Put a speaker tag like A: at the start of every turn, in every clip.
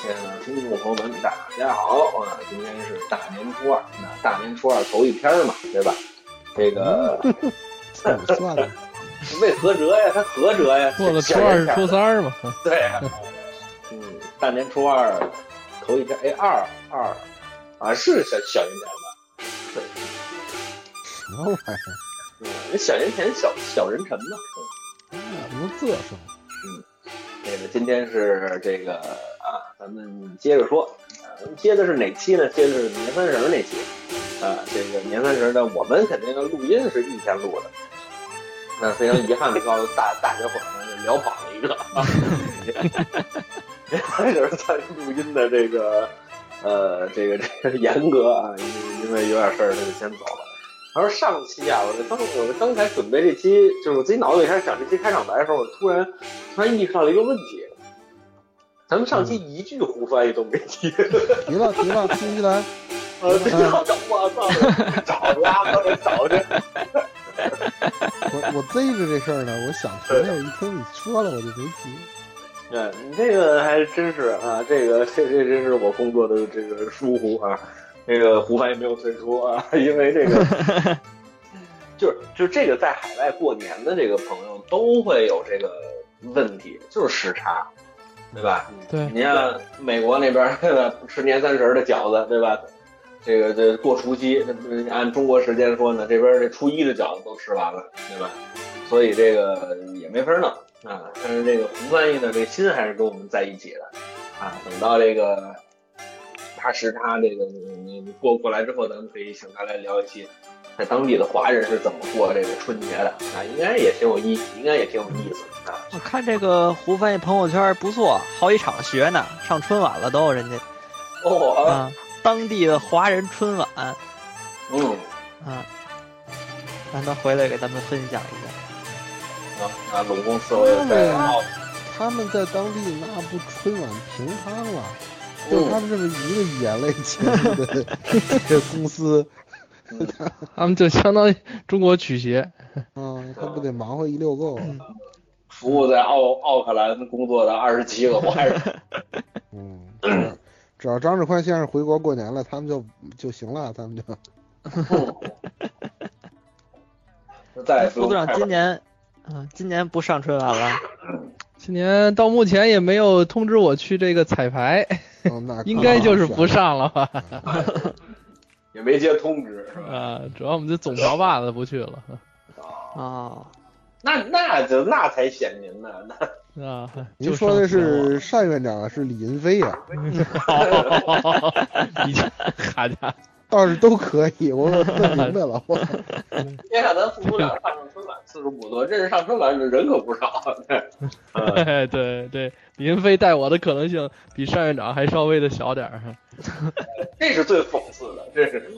A: 朋友们，大家好啊！今天是大年初二，那大年初二头一天嘛，对吧？这个
B: 怎么算的？
A: 为何折呀？它何折呀？
C: 过了初
A: 小
C: 二
A: 人
C: 是
A: 儿
C: 初三儿嘛，
A: 对啊，嗯，大年初二头一天，哎，二二啊，是小小年前吧？
B: 什么玩意
A: 嗯，那小年前小小人辰呢？嗯
B: 儿？什么这声？
A: 那个今天是这个啊，咱们接着说，啊、接的是哪期呢？接的是年三十儿那期啊。这个年三十儿呢，我们肯定录音是一天录的，那非常遗憾的告诉大大家伙儿呢，聊跑了一个， 开始在录音的这个呃这个这个严格啊，因因为有点事儿，他就先走了。然后上期啊，我这刚我这刚才准备这期，就是我自己脑子里开始想这期开场白的时候，我突然突然意识到了一个问题，咱们上期一句胡翻译都没提，
B: 提了提了，新西兰
A: 啊，这找找我操，找呀，我找去，
B: 我我逮着这事儿呢，我想提那我一听你说了，我就没提。
A: 嗯，你这个还真是啊，这个这这真是我工作的这个疏忽啊，这个胡凡也没有退出啊，因为这个就是就是这个在海外过年的这个朋友都会有这个问题，就是时差，对吧？
C: 对
A: 你像美国那边儿对吧，吃年三十儿的饺子，对吧？这个这过除夕，那不是按中国时间说呢，这边儿这初一的饺子都吃完了，对吧？所以这个也没法弄啊。但是这个胡翻译呢，这心还是跟我们在一起的啊。等到这个他时差这个你你你过过来之后，咱们可以请他来聊一期，在当地的华人是怎么过这个春节的啊，应该也挺有意，应该也挺有意思的啊。
D: 我看这个胡翻译朋友圈不错，好几场学呢，上春晚了都，人家
A: 哦，啊
D: 啊，当地的华人春晚啊，
A: 嗯。
D: 让他回来给咱们分享一下。
A: 啊，那拢共四位在澳
B: 他们在当地那不春晚平摊了，
C: 嗯
B: 就他们这么一个语言类节目的这个公司，
C: 他们就相当于中国曲协，
B: 嗯，他不得忙活一溜够啊？
A: 服务在奥奥克兰工作的二十七个华人。
B: 嗯，只要只要张志宽先生回国过年了，他们就就行了，他们就
A: 再
D: 胡组长今年，嗯，今年不上春晚了，
C: 今年到目前也没有通知我去这个 彩排，
B: 嗯那
C: 应该就是不上了
B: 啊
C: 吧？
A: 也没接通知，是吧？
C: 啊，主要我们这总瓢把子不去了
D: 哦，
A: 那那就那才显您呢， 那
C: 啊。
B: 您
C: 就
B: 说的
C: 上春晚
B: 是单院长啊，是李银飞啊，
C: 哦，你这好家伙，
B: 倒是都可以，我问明白了， 我
A: 别看咱副组长上上春晚次数不多，认识上春晚的人可不少。 嗯
C: 对哎对对，林飞带我的可能性比单院长还稍微的小点儿。
A: 这是最讽刺的，这是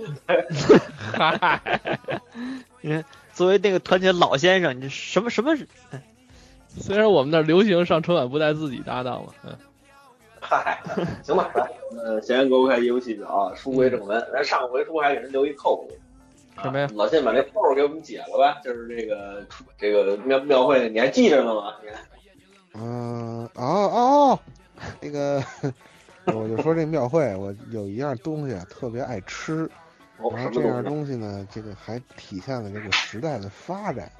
C: 嗨，
D: 作为那个团结老先生，你这什么什么
C: 虽然我们那儿流行上春晚不带自己搭档了，嗯。
A: 嗨，行吧，来，呃，闲言勾开一无细表，书归正文。咱上回书还给人留一扣子，啊
C: 嗯什么呀
A: 老谢把那扣儿给我们解了吧，就是这个这个庙庙会的，你还记着呢吗？你看
B: 嗯，哦哦，那个，我就说这庙会，我有一样东西啊，特别爱吃，
A: 哦，
B: 然
A: 什么
B: 后这样
A: 东西？
B: 东西呢，这个还体现了这个时代的发展，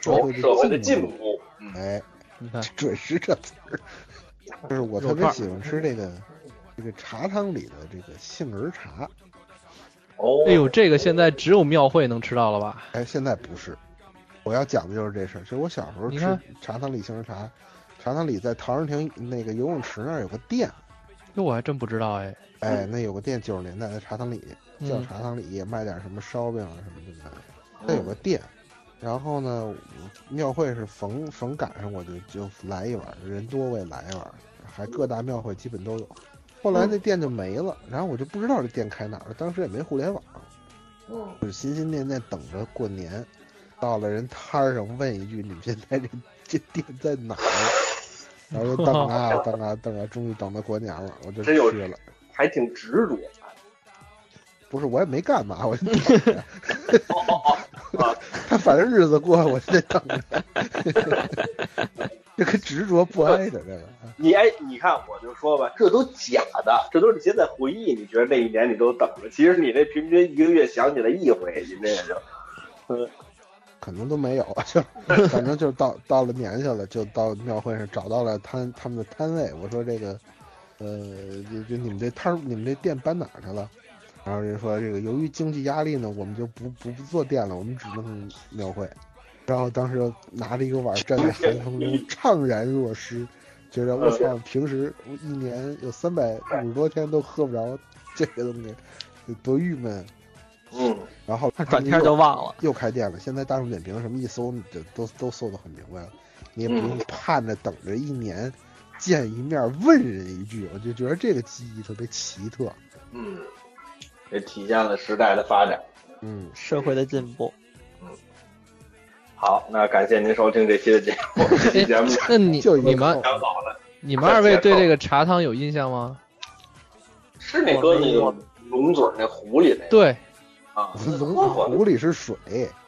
B: 社
A: 哦，
B: 会
A: 社会的
B: 的
A: 进
B: 步，
A: 步。
B: 哎，
C: 你看，
B: 准时这词儿，就是我特
C: 肉
B: 别
C: 串儿
B: 喜欢吃这个这个茶汤里的这个杏仁茶，
A: 哦，
C: 哎呦，这个现在只有庙会能吃到了吧？
B: 哎，现在不是，我要讲的就是这事儿，就是我小时候
C: 你
B: 吃
C: 看
B: 茶汤里杏仁茶，茶汤里在陶然亭那个游泳池那儿有个店。
C: 哟，我还真不知道哎。
B: 哎，那有个店九十年代的茶汤里，叫
C: 嗯哦
B: 茶汤里，也卖点什么烧饼啊什么的。那有
A: 嗯
B: 个店，然后呢，我庙会是逢逢赶上我就就来一碗，人多我也来一碗，还各大庙会基本都有。后
C: 嗯
B: 来那店就没了，然后我就不知道这店开哪儿了，当时也没互联网，
A: 嗯，
B: 就是心心念念等着过年。到了人摊儿上问一句：“你们现在这这店在哪儿？” 然后就等啊等啊等啊，终于等到过年了，我就去
A: 真有
B: 了。
A: 还挺执着。
B: 不是，我也没干嘛，我就
A: 哦哦哦，
B: 他反正日子过，我就得等着。 这个执着不安的这个，
A: 你哎，你看，我就说吧，这都假的，这都是你现在回忆，你觉得那一年你都等着，其实你这平均一个月想起来一回，你这也就，
B: 可能都没有， 就反正就到到了年下了，就到庙会上找到了摊他们的摊位。我说这个，呃，就就你们这摊儿，你们这店搬哪儿去了？然后人说这个由于经济压力呢，我们就不不不做店了，我们只弄庙会。然后当时拿着一个碗站在寒风中，怅然若失，觉得我操，平时一年有三百五十多天都喝不着这个东西，多郁闷。
A: 嗯，
B: 然后
D: 转天就忘了。
B: 又开店了。现在大众点评什么一搜，你这都都搜得很明白了，你也不
A: 嗯
B: 用盼着等着一年见一面问人一句。我就觉得这个记忆特别奇特。
A: 嗯，也体现了时代的发展。
B: 嗯，
D: 社会的进步，
A: 好，那感谢您收听这期的节目，这期节目
C: 哎那你
B: 就一个
C: 你们
B: 扣
A: 讲早了，
C: 你们二位对这个茶汤有印象吗？
A: 是那搁你龙嘴儿那壶里那个
C: 对，
A: 啊，
B: 龙
A: 喝过
B: 壶里是水，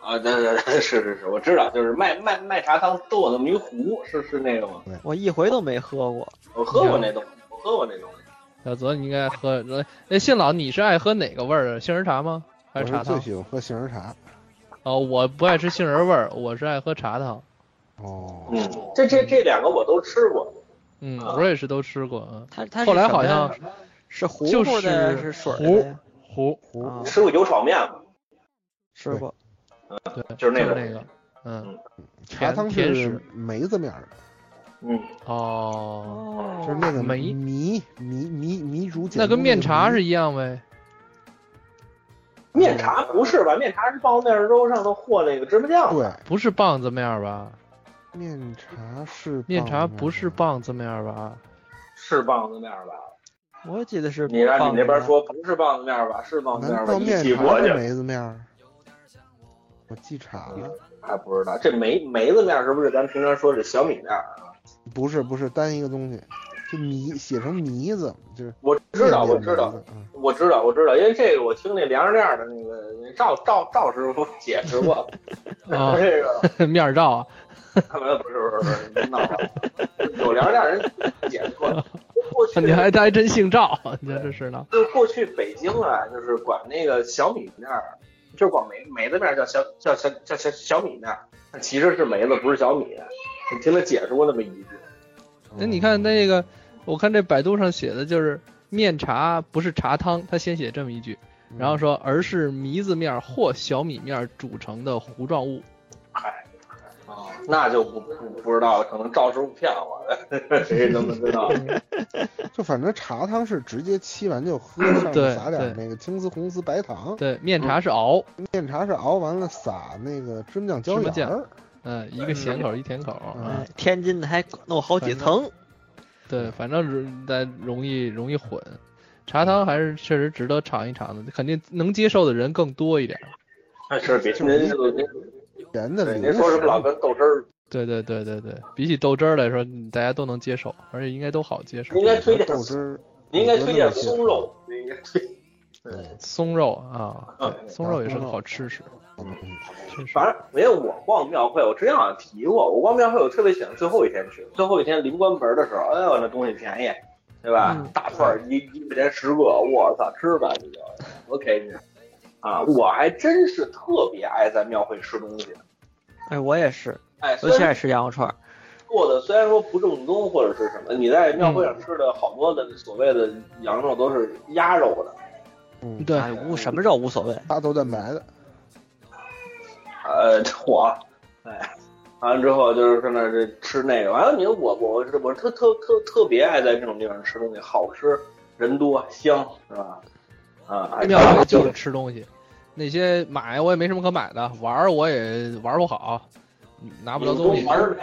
A: 啊，对对对，是是是，我知道，就是卖卖卖茶汤都有那么一壶，是是那个吗？
D: 我一回都没喝过。
A: 我喝
B: 嗯
A: 过那东西，我喝过那东西。
C: 小泽你应该喝。哎，信老你是爱喝哪个味儿的？杏仁茶吗？还
B: 我
C: 是
B: 是
C: 茶
B: 最
C: 汤？
B: 喜欢喝杏仁茶。
C: 哦，我不爱吃杏仁味儿，我是爱喝茶汤。
B: 哦，
A: 嗯，这这这两个我都吃过，
C: 嗯，
A: 啊
C: 我也是都吃过。嗯，
D: 它它是
C: 后来
D: 什么
C: 好
D: 呀
C: 像
D: 是糊
C: 就
D: 糊的，
C: 是
D: 水
C: 糊
D: 的呀
C: 糊，
B: 壶
D: 啊，
A: 吃过油炒面嘛，
D: 吃过。
C: 对，
A: 就是那
C: 那
A: 个
C: 个。嗯，
B: 茶汤
C: 甜
B: 是
C: 食
B: 梅子面儿的，
A: 嗯，
C: 哦，
D: 哦
B: 就是那个
C: 梅
B: 米米米米煮碱
C: 那跟
B: 中
C: 面
B: 的
C: 茶
B: 米
C: 是一样呗。
A: 面茶不是吧？面茶是棒子面粥上头和那个芝麻酱。
B: 对
C: 不是棒子面儿吧？
B: 面茶是
C: 面茶
B: 棒啊
C: 不是
B: 面
C: 棒子面儿吧？
A: 是棒子面吧？
D: 我记得是
A: 你让你那边
D: 放
A: 说不是棒子面吧？是棒
B: 儿，
A: 子面
B: 难
A: 吧？
B: 道
A: 一
B: 面
A: 起
B: 茶
A: 过
B: 是
A: 去，
B: 梅子面儿？我记岔了。
A: 还不知道这梅梅子面是不是咱平常说是小米面啊？
B: 不是不是单一个东西，就迷写成迷子，就是
A: 我知道，
B: 面
A: 我知道
B: 面，迷子嗯
A: 我知道，我知道，因为这个我听那粮食店的那个赵赵赵师傅解释 过，
C: 啊
A: 这个
C: 面儿罩啊，
A: 他们不是不是不是闹了，有粮食店人解释过，过去
C: 你还还真姓赵， 你这这是呢？
A: 就过去北京啊，就是管那个小米面儿，就是管梅梅子面儿叫小叫小叫小小米面儿，但其实是梅子，不是小米。啊你听他解释过那么一句，
B: 哦
C: 那你看那个，我看这百度上写的就是面茶不是茶汤，他先写这么一句，
B: 嗯
C: 然后说而是糜子面儿或小米面儿煮成的糊状物。
A: 嗨，啊，那就不不不知道了，可能赵师傅骗我的， 谁能不知道？
B: 嗯就反正茶汤是直接沏完就 喝，上
C: 对
B: 面撒点
C: 对
B: 那个青丝、红丝、白糖。
C: 对，面茶是熬，
B: 面茶是熬完了撒那个芝麻酱椒
C: 芝麻
B: 盐
C: 酱
B: 儿，
C: 嗯，一个咸口一甜口，
B: 嗯
C: 啊，
D: 哎天津的还弄好几层，
C: 对，反正容但容易容易混。茶汤还是确实值得尝一尝的，肯定能接受的人更多一点。
A: 那是比您就您
B: 盐的
A: 您说什么老
B: 哥？
A: 跟豆汁儿，
C: 对对对对对，比起豆汁儿来说，嗯大家都能接受，而且应该都好接受
A: 您。应该推荐
B: 豆汁儿，
A: 您应该推荐松肉，您应该推。
B: 对，
C: 松肉啊，
A: 嗯
C: 对，松肉也是个好吃食，
B: 嗯
C: 确实
A: 反。正没有我逛庙会，我之前好像提过，我逛庙会我特别喜欢最后一天去，最后一天临关门的时候，哎呦那东西便宜，对吧？
D: 嗯
A: 大串儿一一块钱十个，我操，吃吧你就，OK 你啊，我还真是特别爱在庙会吃东西，
D: 哎，我也是，
A: 哎，
D: 尤
A: 虽
D: 其爱
A: 然
D: 吃羊肉串儿。
A: 做的虽然说不正宗或者是什么，你在庙会上吃的好多的所谓的羊肉都是鸭肉的，
B: 嗯，
C: 对，
D: 哎，无什么肉无所谓。
B: 大豆蛋白的，
A: 呃， 我，哎，完了之后就是上那儿这吃那个，完了你说我我是我是特特特特别爱在这种地方吃东西，好吃，人多香，是吧？啊，还
C: 庙会就是吃东西，那些买我也没什么可买的，玩儿我也玩不好，拿不着东西。
A: 玩儿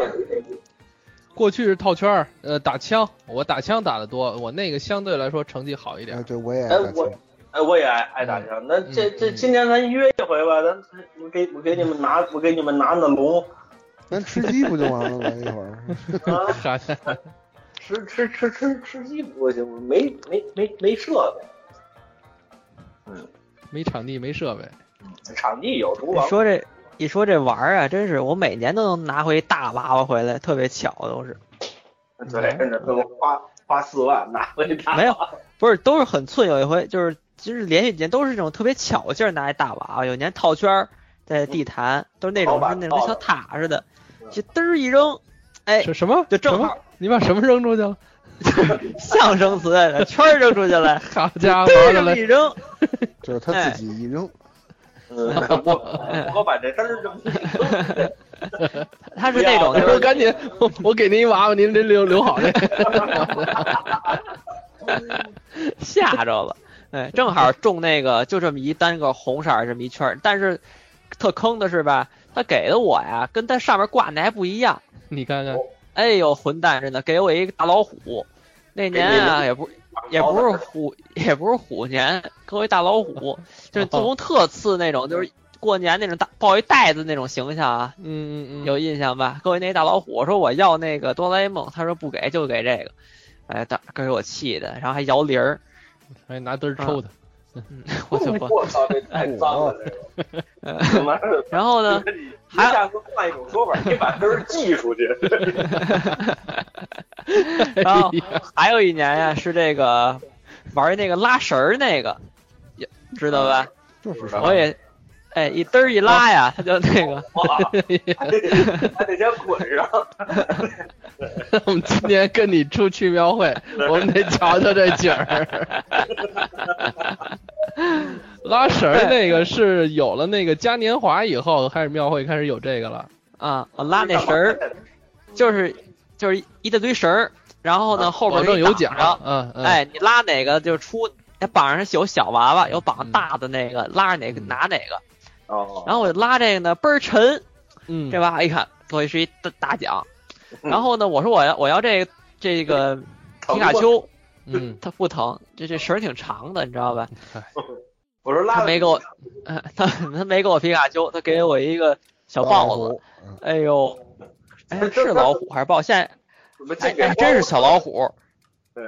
C: 过去是套圈儿，呃，打枪，我打枪打得多，我那个相对来说成绩好一点
B: 哎，。对我也爱
A: 哎
B: 打
A: 我
B: 球
A: 哎，我也爱爱打枪。那这这
C: 嗯
A: 今天咱约一回吧，咱我给我给你们拿我给你们拿那龙，
B: 咱吃鸡不就完了吗？一会 儿，
A: 啊，
C: 还
A: 吃吃吃吃吃鸡不行，我没没没没设备，
C: 没场地没设备，
A: 场地有厨
D: 你
C: 哎
A: 房，
D: 说这一说这玩儿啊，真是我每年都能拿回一大娃娃回来，特别巧都是，
A: 对，
C: 嗯
A: 真的都花花四万拿回来。
D: 没有，不是都是很寸。有一回就是就是连续几年都是这种特别巧劲儿拿一大娃娃，有年套圈儿在地坛，都是那种
A: 老板
D: 是那种
A: 抱着
D: 跟小塔似的，就嘚儿一扔，哎，
C: 什什么？
D: 就正
C: 什么
D: 好
C: 你把什么扔出去了？
D: 相声词来着，圈儿扔出去 了，
C: 好家伙
D: 嘚儿
C: 的
D: 这么一
C: 嘞！
D: 扔，
B: 就是他自己一扔，
A: 嗯， 我我把这单儿扔进去
D: 他是那种
A: 不要
D: 就是
C: 我赶紧，我我给您一娃娃，您您留留好这。
D: 吓着了。哎，正好中那个就这么一单个红色儿这么一圈儿，但是特坑的是吧？他给的我呀，跟他上面挂的还不一样。
C: 你看看，
D: 哎呦，混蛋真的，给我一个大老虎。那年啊，也不也不是虎，也不是虎年，给我一大老虎，就是做工特次那种，就是过年那种大抱一袋子那种形象啊，
C: 嗯嗯嗯，
D: 有印象吧？各位那大老虎，我说我要那个哆啦 A 梦，他说不给就给这个，哎，当给我气的，然后还摇铃儿，
C: 哎拿墩儿抽他。
D: 我就我，
A: 我操，这太脏了，哎这个。怎么是？
D: 然后呢，
A: 还下次换一种说法，你把根儿寄出 去。
D: 然 后还有一年呀、是这个玩那个拉绳儿那个，也知道
C: 嗯
D: 吧？
B: 就是
A: 然后
D: 我也，哎，一嘚儿一拉呀，
C: 哦
D: 他就那个，
A: 哇，还得还得先滚上。
C: 我们今天跟你出去庙会，我们得瞧瞧这景儿。拉绳儿那个是有了那个嘉年华以后，开始庙会开始有这个了。
D: 啊，我拉那绳
C: 哦
D: 儿，就是就是一大堆绳儿，然后呢后边
C: 嗯保
D: 儿
C: 证
D: 给
C: 有
D: 你
C: 奖
D: 绑着，，
C: 嗯嗯，
D: 哎，你拉哪个就出，哎绑上是有小娃娃，有绑
C: 嗯
D: 大的那个，拉着哪个
C: 嗯
D: 拿哪个。
A: 哦，
D: 然后我就拉这个呢，倍儿沉，
C: 嗯，
D: 这娃娃一看，所以是一大大奖。
A: 嗯
D: 然后呢，我说我要我要这个这个皮卡丘，
C: 嗯，
D: 它不疼，这这绳儿挺长的，你知道吧？
A: 我说拉
D: 他没给我，呃 他他没给我皮卡丘，他给我一个小豹子。
B: 子，嗯
D: 哎呦，哎是老虎还是豹？现在
A: 什么
D: 哎哎真是小老虎，
A: 虎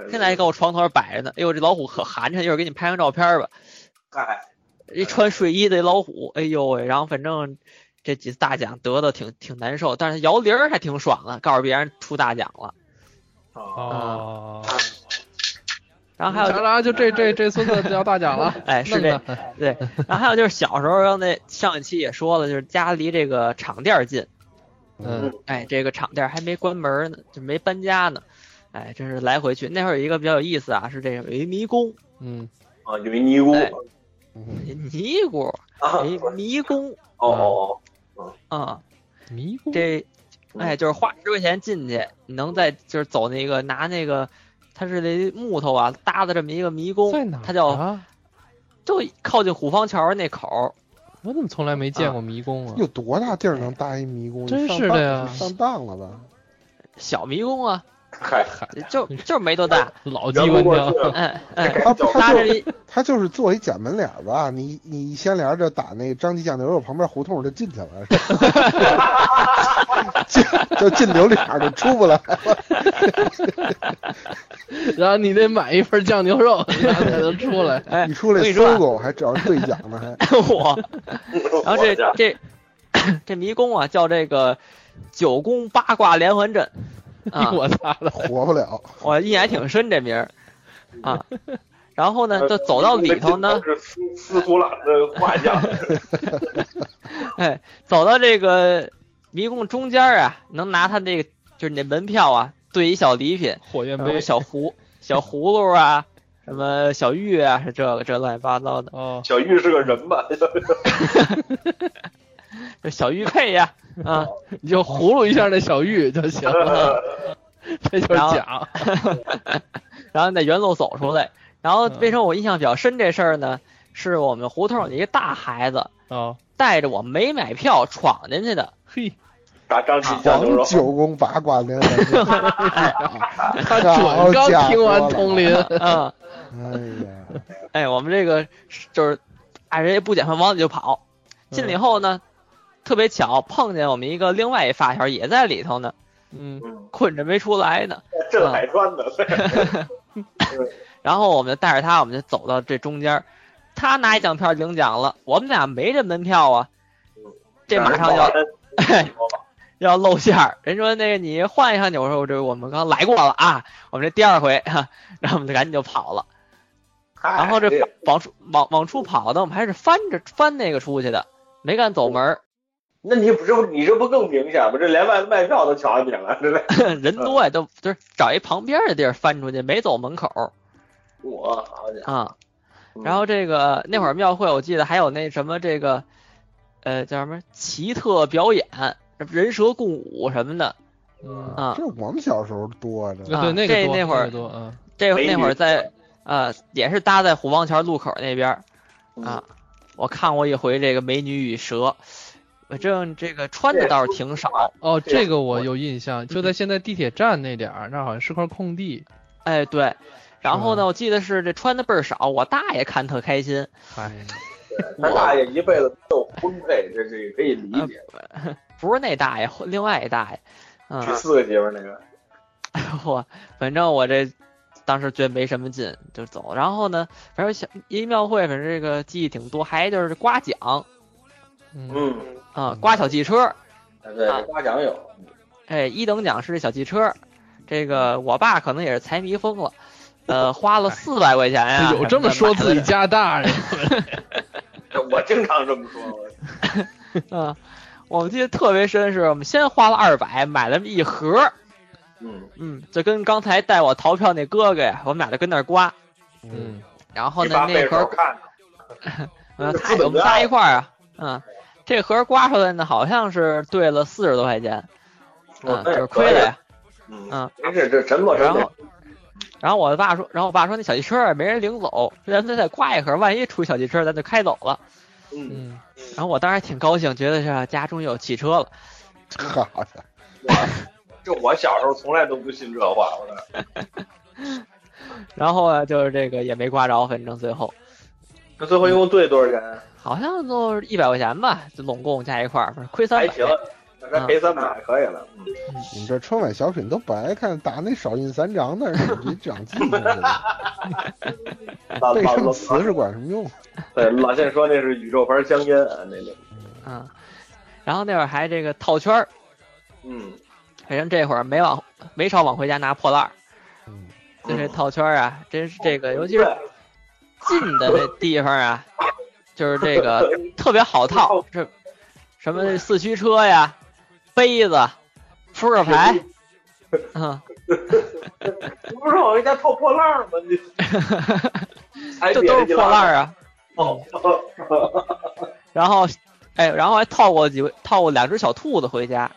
D: 现在还搁我床头摆着呢。哎呦，这老虎可寒碜，一会儿给你拍张照片吧。
A: 哎，
D: 一穿睡衣的老虎，哎呦喂，然后反正。这几次大奖得的挺挺难受，但是摇铃儿还挺爽的，告诉别人出大奖了。
A: 哦，
C: 哦，
D: 然后嗯还有
C: 瞧瞧，就这这这孙子要大奖了，
D: 哎， 是
C: 嗯弄
D: 这
C: 的，
D: 对。然后还有就是小时候，刚才上一期也说了，就是家离这个厂店儿近，
C: 嗯，
D: 哎，这个厂店儿还没关门呢，就没搬家呢，哎，真是来回去。那会儿有一个比较有意思啊，是这个有一迷宫，
C: 嗯，
A: 啊，有一尼姑。
D: 哎
A: 哦
B: 嗯
D: 尼姑，
A: 哦
D: 哎，迷宫
A: 哦，
D: 啊、
C: 迷宫，
D: 这，哎，就是花十块钱进去，你能在就是走那个拿那个，它是那木头啊搭的这么一个迷
C: 在
D: 宫
C: 哪儿，啊？
D: 它叫就靠近虎坊桥那口儿，
C: 我怎么从来没见过迷宫啊？
B: 有多大地儿能搭一迷宫？
C: 真
B: 上
C: 是
B: 当
C: 的呀
B: 上当了吧？
D: 小迷宫啊，
A: 嗨，
C: 哎
D: 就就是没多大，
C: 老机
A: 圆不
C: 关
A: 过
C: 枪
A: 去，了。
D: 哎哎，
B: 他不他
D: 搭着
B: 就
D: 一
B: 他就是做一假门脸儿吧？你你先连着打那张记酱牛肉旁边胡同就进去了， 是吧进就进刘脸儿就出不来。
C: 然后你得买一份酱牛肉， 然后才能出 来。
D: 哎
B: 你，出
D: 我
B: 来
D: 跟你说啊
B: 搜狗还找人兑奖呢，还
D: 我。 然后 这
A: 我家
D: 这 这迷宫啊，叫这个九宫八卦连环阵啊，
C: 我操了，
B: 活不了。
D: 我印象还挺深这名儿啊。然后呢，就走到里头呢，
A: 是斯斯图朗的画 像，
D: 哎，走到这个迷宫中间儿啊，能拿他那个就是你那门票啊，兑一小礼品，
C: 火焰
D: 什
C: 杯
D: 么，小葫小葫芦啊，什么小玉啊，是这个这乱七八糟 的，
C: 哦，
A: 小玉是个人吧？
D: 这小玉佩呀啊，
C: 你就葫芦一下那小玉就 行了，这就是奖。
D: 然后在原路走出来。然后
C: 嗯
D: 为什么我印象比较深这事儿呢？是我们胡同里一个大孩子，
C: 哦，
D: 带着我没买票闯进去 的，
C: 嘿，
A: 打张继酱
B: 黄
A: 牛肉，
B: 九宫八卦连环阵，
C: 他
D: 哦
C: 准刚听完 通灵，
D: 嗯，
B: 哎呀，
D: 哎，我们这个是就是，哎，人家不捡饭往里就跑，进了以后呢，特别巧碰见我们一个另外一发小也在里头呢，
C: 嗯，
A: 嗯，
D: 困着没出来呢，
A: 镇
D: 嗯
A: 海川的，
D: 然后我们就带着他，我们就走到这中间儿，他拿一奖票领奖了，我们俩没这门票啊
A: 嗯，
D: 这马上就 要
A: 哎
D: 要露馅儿。人说那个你换一下去，我说我这我们刚来过了啊，我们这第二回 哈，然后我们就赶紧就跑了。哎
A: 哎
D: 然后这往出往往出跑呢，我们还是翻着翻那个出去的，没敢走门儿。
A: 那你不是你这不更明显吗？这连卖卖票都瞧你了，这
D: 人多呀，都就是找一旁边的地儿翻出去，没走门口
A: 我好家伙！
D: 啊。
A: 嗯
D: 然后这个那会儿庙会，我记得还有那什么这个，呃，叫什么奇特表演、人蛇共舞什么的
C: 嗯，
D: 啊。
B: 这我们小时候多着呢。
C: 啊对，那个
D: 这
C: 多
D: 那会儿
C: 个多啊，
D: 这
A: 美女
D: 那会儿在呃也是搭在虎坊桥路口那边儿
A: 嗯
D: 啊，我看过一回这个《美女与蛇》，反正这个穿的倒是挺少。
C: 哦，
A: 对呀
C: 这个我有印象，就 在现在地铁站那点儿，那好像是块空地，
D: 哎，对。然后呢，我记得是这穿的倍儿少，我大爷看特开心。
C: 嗨，
A: 他大爷一辈子都婚配，这这可以理解。
D: 不是那大爷，另外一大爷。嗯
A: 娶，四个媳妇儿那个，
D: 我反正我这当时觉得没什么劲，就走。然后呢，反正想音庙会，反正这个记忆挺多，还就是刮奖
C: 嗯，
A: 嗯，
D: 啊、刮小汽车。嗯
A: 对，夸奖有，
D: 哎，一等奖是这小汽车，这个我爸可能也是财迷疯了，呃，花了四百块钱哎啊呀、
C: 有这么说自己家大 呀？
D: 嗯
A: 我经常这么说。我
D: 啊、我记得特别深，是我们先花了二百买了一盒，
A: 嗯，
D: 嗯，就跟刚才带我逃票那哥哥呀，我们俩就跟那儿刮，
C: 嗯，
D: 然后
A: 你
D: 呢
A: 爸
D: 那
A: 背
D: 盒
A: 着看着，
D: 呃，
A: 那
D: 他
A: 不
D: 我们
A: 得
D: 仨
A: 了
D: 一块儿啊，嗯，这盒刮出来呢，好像是对了四十多块钱，
A: 哦
D: 嗯，就是亏了呀。
A: 嗯，
D: 嗯，
A: 真是这神不神
D: 然
A: 不
D: 后，然后我爸说，然后我爸说那小汽车啊没人领走，咱们再刮一盒，万一出小汽车，咱就开走了。
A: 嗯，
C: 嗯，
D: 然后我当时挺高兴，觉得是啊家终于有汽车了。
B: 好的，
A: 这我小时候从来都不信这话，我的
D: 然后啊，就是这个也没刮着，反正最后
A: 那最后一共兑多少 钱？
D: 好像就是一百块钱吧，就拢共加一块儿，不是亏三
A: 还
D: 百
A: 行。，那赔三
C: 啊
A: 百可以了。嗯
B: 你这春晚小品都不爱看，打那少印三张那儿，你长记性去 了，
A: 老
B: 背
A: 老
B: 上
A: 嗯老
B: 词是管什么用？
A: 对老谢说那是宇宙牌香烟啊，那个，
D: 嗯，然后那会儿还这个套圈儿，
A: 嗯，
D: 反正这会儿没往没少往回家拿破烂儿，
B: 嗯，
D: 就这套圈儿啊，真是这个，尤其是近的那地方啊，就是这个特别好套，这什么四驱车呀、杯子、扑克牌，嗯，
A: 你不是往人家套破烂儿吗？ 你
D: 这都是破烂儿啊。
A: 哦，
D: 然后，哎，然后还套过几套过两只小兔子回家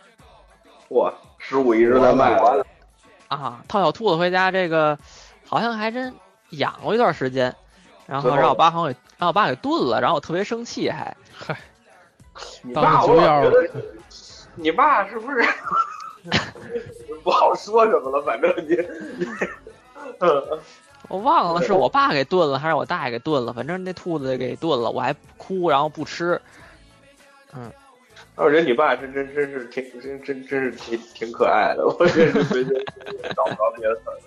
A: 哇，十五一直在卖，完了，
D: 啊，套小兔子回家，这个好像还真养过一段时间，然后让我爸好像给让我爸给炖了，然后我特别生气还。
A: 你
C: 当
A: 爸
C: 着
A: 我
C: 猪
A: 老
C: 腰
A: 觉得
C: 了，
A: 你爸是不是 不好说什么了？反正你，嗯，
D: 我忘了是我爸给炖了还是我大爷给炖了，反正那兔子给炖了，我还哭，然后不吃。
A: 我觉得你爸真真真是挺真真真是挺挺可爱的，我真是随便找不着别的词儿。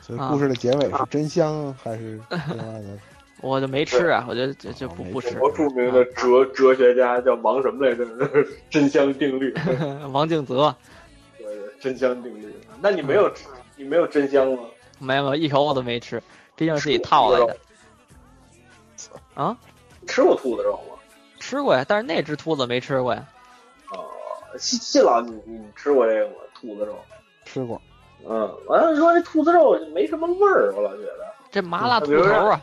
B: 所以
D: 啊
B: 故事的结尾是真香还是另外的？
D: 我就没吃啊，我就就就不
B: 哦没
D: 不
B: 吃
D: 吃
A: 美。国著名的哲哲学家叫忙什么来着？ 真香定律，
D: 王敬泽，
A: 对真香定律。啊那你没有你没有真香吗？
D: 没有没有一口我都没吃，毕竟是自己套来的。
A: 吃过兔子肉吗？
D: 吃过呀，但是那只兔子没吃过呀。
A: 哦，信信老你你吃过这个吗？兔子肉。
B: 吃 过，
A: 嗯，完了说这兔子肉没什么味儿，我老觉得
D: 这麻辣兔头啊，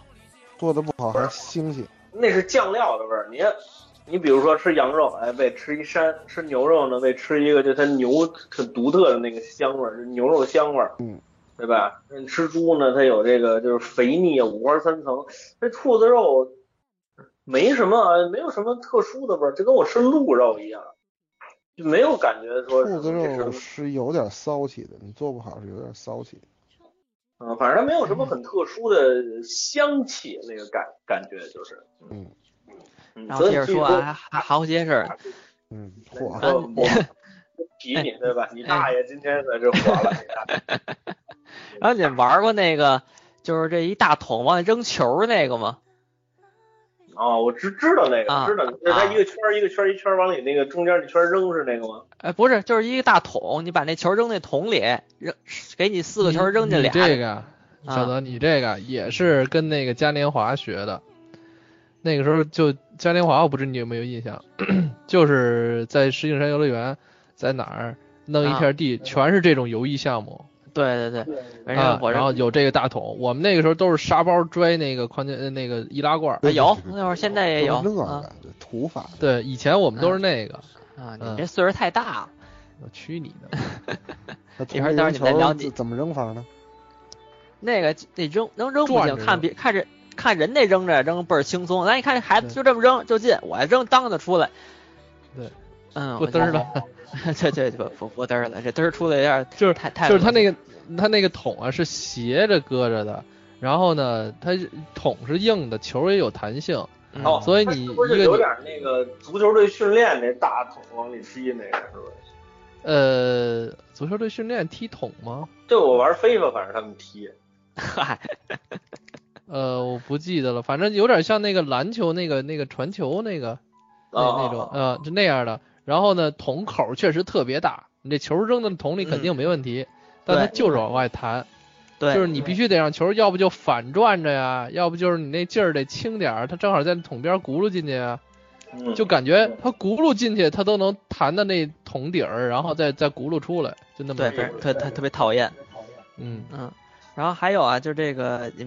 B: 做的不好还腥气。
A: 那是酱料的味儿。你看，你比如说吃羊肉，哎，为吃一膻；吃牛肉呢，为吃一个就它牛很独特的那个香味儿，就牛肉香味儿，
B: 嗯，
A: 对吧？嗯吃猪呢，它有这个就是肥腻啊，五花三层。这兔子肉没什么，没有什么特殊的味儿，就跟我吃鹿肉一样，就没有感觉说
B: 兔子
A: 这是
B: 肉是有点骚气的，你做不好是有点骚气。啊
A: 嗯，反正它没有什么很特殊的香气，那个感感觉就是，
B: 嗯
A: 嗯，
D: 然后接着
A: 所以
D: 说啊，还还还有些事儿，
B: 嗯，
A: 我
D: 啊
B: 嚯，
A: 说 我哎提啊你对吧？你大爷今天在这火了，你看
D: 然后你玩过那个，就是这一大桶往里扔球儿那个吗？
A: 啊，我知知道那个，
D: 啊
A: 知道，就是它
D: 啊
A: 一个圈儿一个圈儿一圈儿往里那个中间那圈儿扔是那个吗？
D: 哎，不是，就是一个大桶，你把那球扔那桶里，扔给你四个球扔进
C: 你
D: 俩。啊
C: 这个，小泽，你这个也是跟那个嘉年华学的。那个时候就嘉年华，我不知你有没有印象， 就是在石景山游乐园，在哪儿弄
D: 啊
C: 一片地，全是这种游艺项目
D: 对对对，哎反
C: 啊
D: 正，我
C: 然后
D: 这
C: 有这个大桶，我们那个时候都是沙包拽那个矿泉呃那个易拉罐儿，
D: 啊有，那会儿现在也有
B: 都是那
D: 啊
B: 个对土法的，
C: 对，以前我们都是那个，
D: 啊！
C: 嗯
D: 你这岁数太大了，
C: 我
D: 嗯
C: 去你的，
B: 那
D: 一
B: 同
D: 会儿待会儿
B: 人
D: 你再聊
B: 球
D: 你
B: 怎么扔法呢？
D: 那个那扔能扔不
C: 转
D: 行，
C: 着
D: 看
C: 扔
D: 别看人看人那扔着扔倍儿轻松，咱一看这孩子
C: 对
D: 就这么扔就进，我扔当的出来。
C: 对，
D: 嗯，
C: 不
D: 我
C: 嘚儿了。
D: 对对对，不不嘚儿了，这嘚儿出来有点
C: 就是
D: 太太
C: 就
D: 恶心了。
C: 是它那个它那个桶啊是斜着搁着的，然后呢，它是桶是硬的，球也有弹性，
D: 嗯
A: 哦
C: 所以
A: 它
C: 你
A: 是不是
C: 一个
A: 有
C: 你
A: 点那个足球队训练那大桶往里踢那个是不是？
C: 呃，足球队训练踢桶吗？
A: 对，我玩飞吧，反正他们踢。
D: 嗨，
C: 呃，我不记得了，反正有点像那个篮球那个那个传球那个那
D: 哦
C: 那种
A: 啊
C: 呃，就那样的。然后呢，桶口确实特别大，你这球扔到桶里肯定没问题，但它
D: 对
C: 就是往外弹，
D: 嗯对，
C: 就是你必须得让球，要不就反转着呀，要不就是你那劲儿得轻点儿，它正好在桶边轱辘进去呀。
A: 嗯
C: 就感觉它轱辘进去，它都能弹到那桶底儿，然后再再轱辘出来，就那么
D: 对，
C: 回事
D: 反
C: 儿
D: 正特特特别讨厌。
C: 嗯，
D: 嗯，然后还有啊，就这个你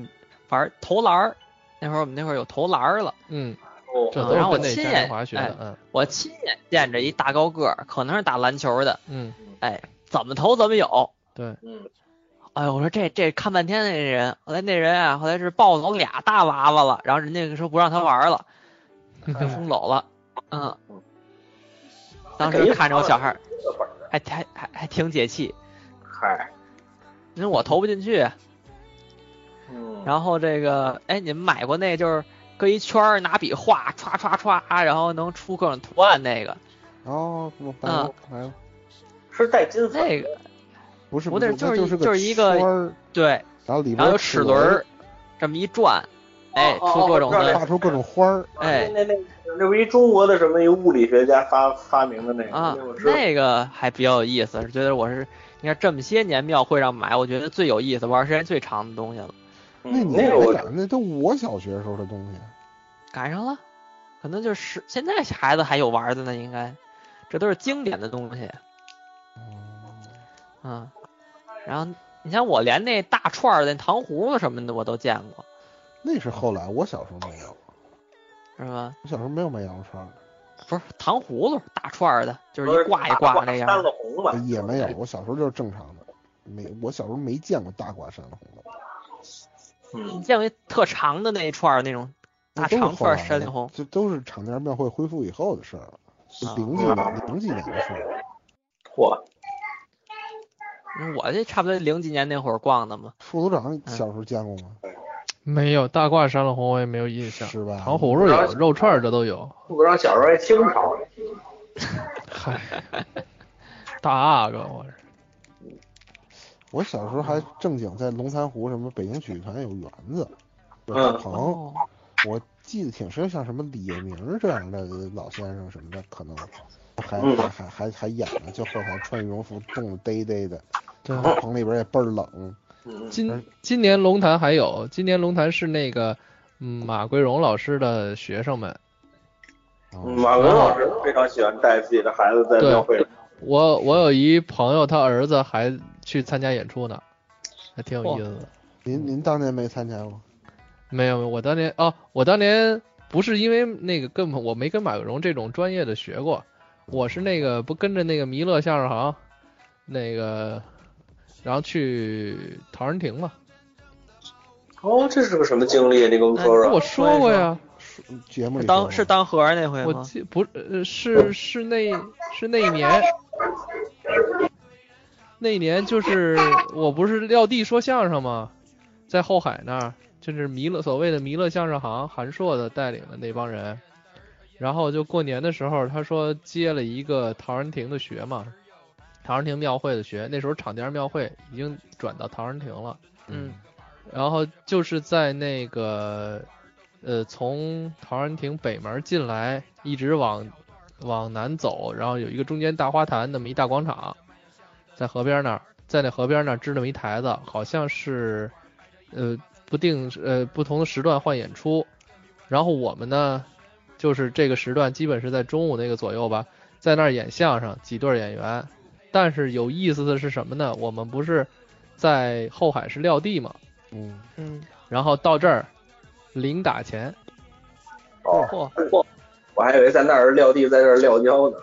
D: 玩儿投篮儿，那会儿我们那会儿有投篮儿了，
C: 嗯，
A: 哦
C: 这
D: 啊
C: 都是
D: 然后我
C: 跟那
D: 亲
C: 嘉
D: 眼
C: 年华学
D: 哎
C: 的，嗯
D: 我亲眼见着一大高个儿，可能是打篮球的，哎
C: 嗯
D: 怎么投怎么有。
A: 嗯，
D: 哎呦，我说这这看半天那人，后来那人啊，后来是抱走俩大娃娃了，然后人家说不让他玩了，就
C: 嗯，
D: 送走了。嗯， 当
A: 给
D: 时
A: 一
D: 看着我小 孩儿
A: 这本儿
D: 还还还还挺解气，
A: 嗨，
D: 因为我投不进去。
A: 嗯，
D: 然后这个，哎，你们买过那就是搁一圈儿拿笔画，歘歘歘，然后能出各种图案那个，
B: 哦，我白
D: 嗯
B: 了白了，
A: 是带金粉
D: 那个
B: 不是
D: 不
B: 是，
D: 对
B: 那
D: 就是
B: 就
D: 一
B: 是
D: 就是一个
B: 圈儿
D: 对，
B: 然后里边
D: 然后有
B: 有
D: 齿轮儿，这么一转，哎，
A: 哦哦
D: 出各种
A: 我知道
D: 的
A: 了
B: 画出各种花儿，
D: 哎
A: 那那那那不一中国的什么一物理学家发发明的那个
D: 啊
A: 那我，知道。
D: 那个还比较有意思，觉得我是你看这么些年庙会上买，我觉得最有意思、玩时间最长的东西了，
B: 那
A: 嗯
B: 你
A: 那个
B: 还
A: 我
B: 敢？那都我小学时候的东西，啊
D: 赶上了，可能就是现在孩子还有玩的呢，应该，这都是经典的东西，
B: 哦
D: 嗯，然后你像我连那大串儿、那糖葫芦什么的我都见过，
B: 那是后来我小时候没有，
D: 是吧？
B: 我小时候没有卖羊肉串儿
D: 不是糖葫芦，大串儿的，就是
A: 不
D: 一
A: 是
D: 挂一挂
A: 大
D: 那样
A: 三
D: 儿，
A: 了红吧
B: 的，？呃也没有，我小时候就是正常的，没我小时候没见过大挂山红的，
D: 你
A: 嗯，
D: 见过一特长的那一串儿那种大
B: 那都是
D: 长
B: 后
D: 串儿
B: 来
D: 山里
B: 的
D: 红，
B: 这都是厂家庙会恢复以后的事儿了，是
D: 啊
B: 零几年零几年的事儿了。
A: 嚯，
D: 嗯我这差不多零几年那会儿逛的嘛，
B: 副组长
D: 嗯
B: 小时候见过吗？
C: 没有大褂山了红我也没有印象，
B: 是啊吧
C: 糖葫芦有，肉串儿这都有，
A: 不让小时候还清朝呢。
C: 嗨， 大阿哥我是，
B: 我小时候还正经在龙潭湖什么北京曲艺团有园子，有
A: 嗯
B: 大棚，
D: 哦，
B: 我记得挺深，像什么李业明这样的老先生什么的，可能还
A: 嗯
B: 还还还还演呢，就后台穿羽绒服冻得嘚嘚的，
C: 对，
B: 棚里边也倍儿冷。
A: 嗯，
C: 今今年龙潭还有，今年龙潭是那个嗯马桂荣老师的学生们，
A: 嗯
B: 哦
A: 马文老师非常喜欢带自己的孩子在庙会上。
C: 我我有一朋友他儿子还去参加演出呢，还挺有意思的。
B: 您您当年没参加过？
C: 没有，我当年哦，我当年不是因为那个跟我没跟马永荣这种专业的学过，我是那个不跟着那个弥勒相声行，那个然后去陶然亭嘛。
A: 哦，这啊是个什么经历？你跟我们
D: 哎
A: 说说。
C: 我说过呀，
B: 嗯节目
D: 是
B: 里
D: 当是当和尚那回
C: 我
D: 吗？
C: 记不是呃是是那是那一年，那一年就是我不是撂地说相声吗？在后海那儿，就是弥勒所谓的弥勒相声行，韩硕的带领的那帮人。然后就过年的时候，他说接了一个陶然亭的学嘛，陶然亭庙会的学，那时候厂家庙会已经转到陶然亭了。
D: 嗯，
C: 然后就是在那个呃，从陶然亭北门进来，一直往往南走，然后有一个中间大花坛那么一大广场，在河边那儿，在那河边那儿支那么一台子，好像是呃不定呃不同的时段换演出，然后我们呢就是这个时段基本是在中午那个左右吧，在那儿演相声，几对儿演员，但是有意思的是什么呢？我们不是在后海是撂地嘛，
B: 嗯，
D: 嗯，
C: 然后到这儿零打钱。
A: 哦，
D: 嚯，
A: 我还以为在那儿撂地，在这儿撂跤呢。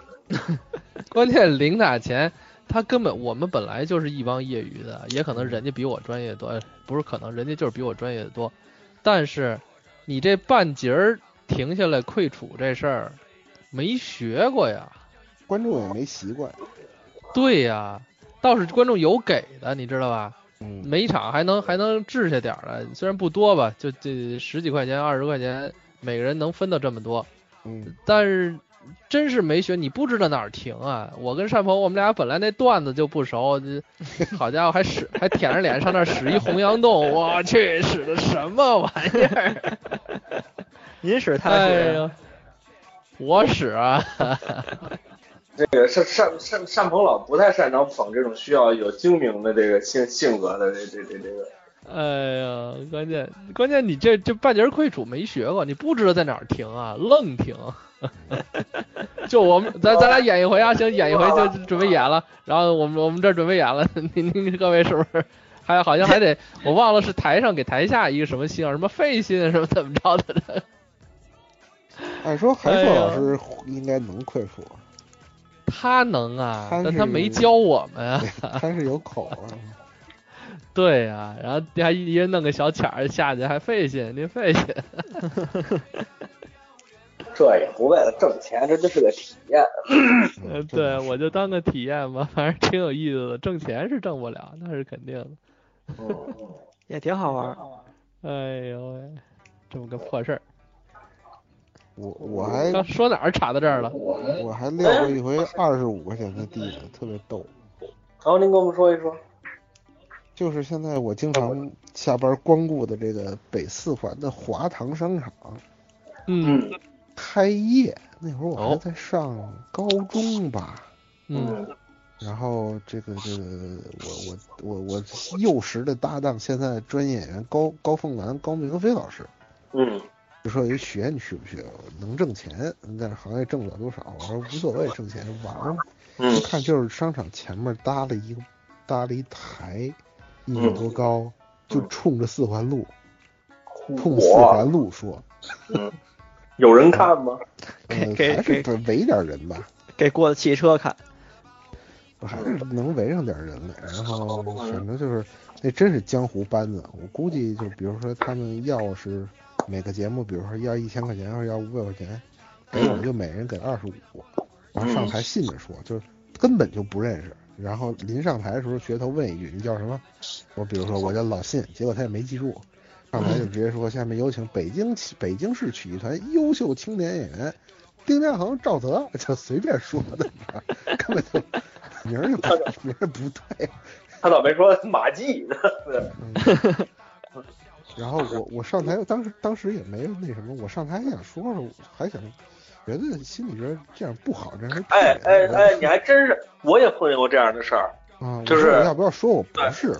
C: 关键零打钱，他根本我们本来就是一帮业余的，也可能人家比我专业得多，呃不是可能人家就是比我专业的多，但是你这半截儿停下来溃楚这事儿没学过呀，
B: 观众也没习惯，
C: 对呀，倒是观众有给的，你知道吧？
B: 嗯，
C: 每一场还能还能治下点儿来，虽然不多吧，就这十几块钱、二十块钱，每个人能分到这么多，
B: 嗯，
C: 但是真是没学，你不知道哪儿停啊！我跟单鹏，我们俩本来那段子就 不熟，这好家伙还使还舔着脸上那儿使一红羊洞，我去，使的什么玩意儿？
D: 您使他
C: 哎
D: 使，
C: 呀，我使啊！
A: 这个单单单单鹏老不太擅长捧这种需要有精明的这个性性格的这这这这个。
C: 哎呀，关键关键你这这半截儿溃楚没学过，你不知道在哪儿停啊，愣停。 就我们咱咱俩演一回啊，行，演一回 就就准备演了。然后我们我们这儿准备演了， 您您各位是不是还好像还得我忘了是台上给台下一个什么信啊，什么费信什么怎么着的？
B: 按说韩硕
C: 哎呀
B: 老师应该能愧服，
C: 他能啊，
B: 他
C: 但
B: 是
C: 他没教我们啊。
B: 他是有口啊，
C: 对呀、然后还一人弄个小卡儿下去，还费信，您费信。
A: 这也不为了挣钱，这就是个体验。
C: 呃，
B: 嗯
C: 对，我
B: 就
C: 就当个体验吧，反正挺有意思的。挣钱是挣不了，那是肯定的。
A: 嗯，
D: 也挺好玩儿。
C: 哎呦喂，这么个破事儿，
B: 我我还
C: 刚说哪儿岔到这儿了？
B: 我还撂过一回二十五块钱的地呢，特别逗。
A: 好，您跟我们说一说。
B: 就是现在我经常下班光顾的这个北四环的华堂商场
C: 嗯
B: 开业，那会儿我还
C: 哦
B: 在上高中吧。
C: 嗯，
B: 然后这个这个我我我我幼时的搭档，现在专业演员高高凤兰、高明飞老师，
A: 嗯
B: 就说有一学你去不去？能挣钱，但是行业挣不了多少。我说无所谓，挣钱玩嘛。一
A: 嗯
B: 看就是商场前面搭了一个搭了一台，一
D: 嗯
B: 米多高，就冲着四环路，冲四
A: 我
B: 环路说，
A: 嗯有人看吗？
B: 呃
D: 给给
B: 还是得围点人吧，
D: 给过的汽车看，
B: 还是能围上点人来。然后反正就是那真是江湖班子，我估计就比如说他们要是每个节目，比如说要一千块钱，或者要五百块钱，给我们就每人给二十五，然后上台信着说，就是根本就不认识。然后临上台的时候，噱头问一句你叫什么？我比如说我叫老信，结果他也没记住，上台就直接说下面有请北京起北京市曲艺团优秀青年演员丁家恒、赵泽，就随便说的，根本就名儿就不名儿不对。
A: 他倒没说马季呢。
B: 啊嗯 然后我我上台，当时当时也没有那什么，我上台还想说说，还想觉得心里觉得这样不好，这样是骗
A: 哎
B: 人的
A: 哎哎，你还真是，我也碰见过这样的事儿。
B: 啊，
A: 就
B: 我说
A: 是
B: 我要不要说我不是？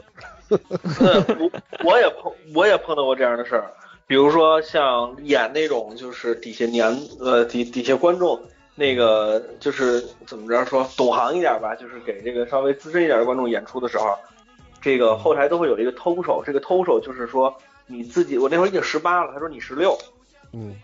A: 嗯，我我也碰我也碰到过这样的事儿，比如说像演那种就是底下年呃底底下观众那个就是怎么着说懂行一点吧，就是给这个稍微资深一点的观众演出的时候，这个后台都会有一个偷手，这个偷手就是说你自己我那会儿已经十八了，他说你十六，
B: 嗯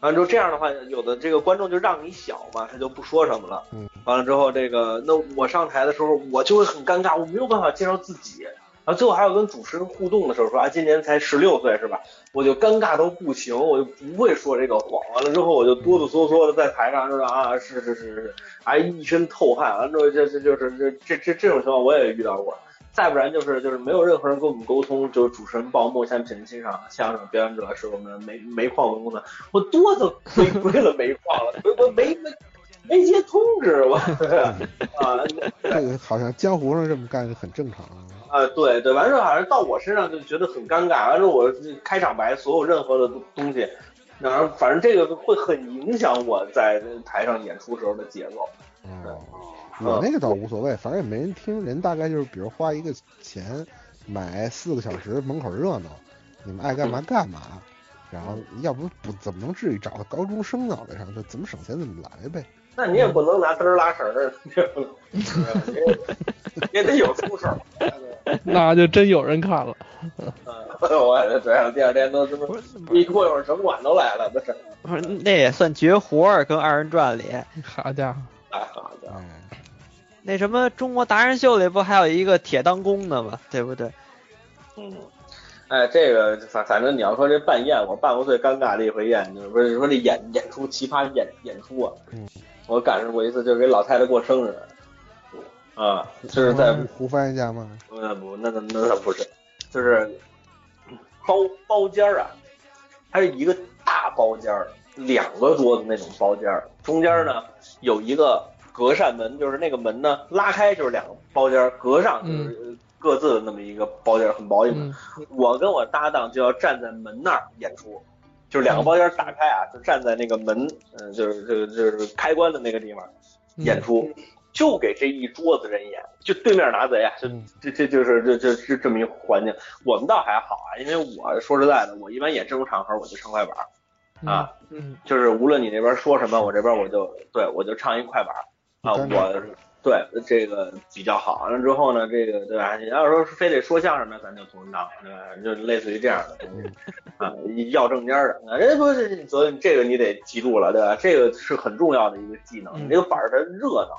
A: 完了之后啊这样的话，有的这个观众就让你小嘛，他就不说什么了。
B: 嗯，
A: 完了之后，这个那我上台的时候，我就会很尴尬，我没有办法介绍自己。然后最后还要跟主持人互动的时候说啊，今年才十六岁是吧？我就尴尬到不行，我就不会说这个谎。完了之后，我就哆哆嗦嗦的在台上就说啊，是是是是，哎，一身透汗。完了之后，这这就是这这这这种情况我也遇到过。再不然就是就是没有任何人跟我们沟通，就是主持人报幕，下面请您欣赏相声表演者是我们煤煤矿文工团。我多都回归了煤矿了，我我没没没接通知 我啊
B: 这个好像江湖上这么干很正常啊。
A: 啊，对对，完事儿好像到我身上就觉得很尴尬，完事儿我这开场白所有任何的东西，然后反正这个会很影响我在台上演出时候的节奏。
B: 哦，我那个倒无所谓，反正也没人听，人大概就是比如花一个钱买四个小时门口热闹，你们爱干
A: 嗯
B: 嘛干嘛，然后要不不怎么能至于找个高中生脑袋上就怎么省钱怎么来呗。
A: 那你也不能拿丝儿拉绳儿， 这不能，也得有出手。
C: 嗯那就真有人看了。
A: 嗯， 我也是这样，第二天都他妈
D: 不是
A: 一过一会儿城管都来了，那是。
D: 不是，那也算绝活儿，跟二人转里
C: 嗯好家伙，
A: 哎，好的，
B: 哎，
D: 那什么中国达人秀里不还有一个铁当弓的吗？对不对？
A: 嗯，哎，这个反反正你要说这办宴，我办过最尴尬的一回宴，就是不是说这演演出奇葩演演出啊，
B: 嗯
A: 我赶上过一次，就是给老太太过生日，啊，就是在
B: 胡胡翻一家吗？
A: 那不，那那那那不是，就是包包间儿啊，它是一个大包间儿，两个桌子那种包间儿，中间呢有一个隔扇门，就是那个门呢拉开就是两个包间儿，隔上就是各自的那么一个包间儿，很薄一个门。
C: 嗯，
A: 我跟我搭档就要站在门那儿演出，就是两个包间儿打开啊，就站在那个门，嗯、就是就是就是开关的那个地方。
C: 嗯
A: 演出，就给这一桌子人演，就对面拿贼啊，就
B: 嗯
A: 这这就是这这这这么一环境。我们倒还好啊，因为我说实在的，我一般演这种场合我就唱快板儿，啊，
C: 嗯
A: 就是无论你那边说什么，我这边我就对我就唱一快板儿啊，
B: 不尴尬
A: 我对这个比较好。完了之后呢，这个对吧？你要是说非得说相声呢，咱就同声当，对吧？就类似于这样的东西啊，要正经儿的。人家说这所以这个你得记住了，对吧？这个是很重要的一个技能，
C: 嗯
A: 你这个板儿它热闹。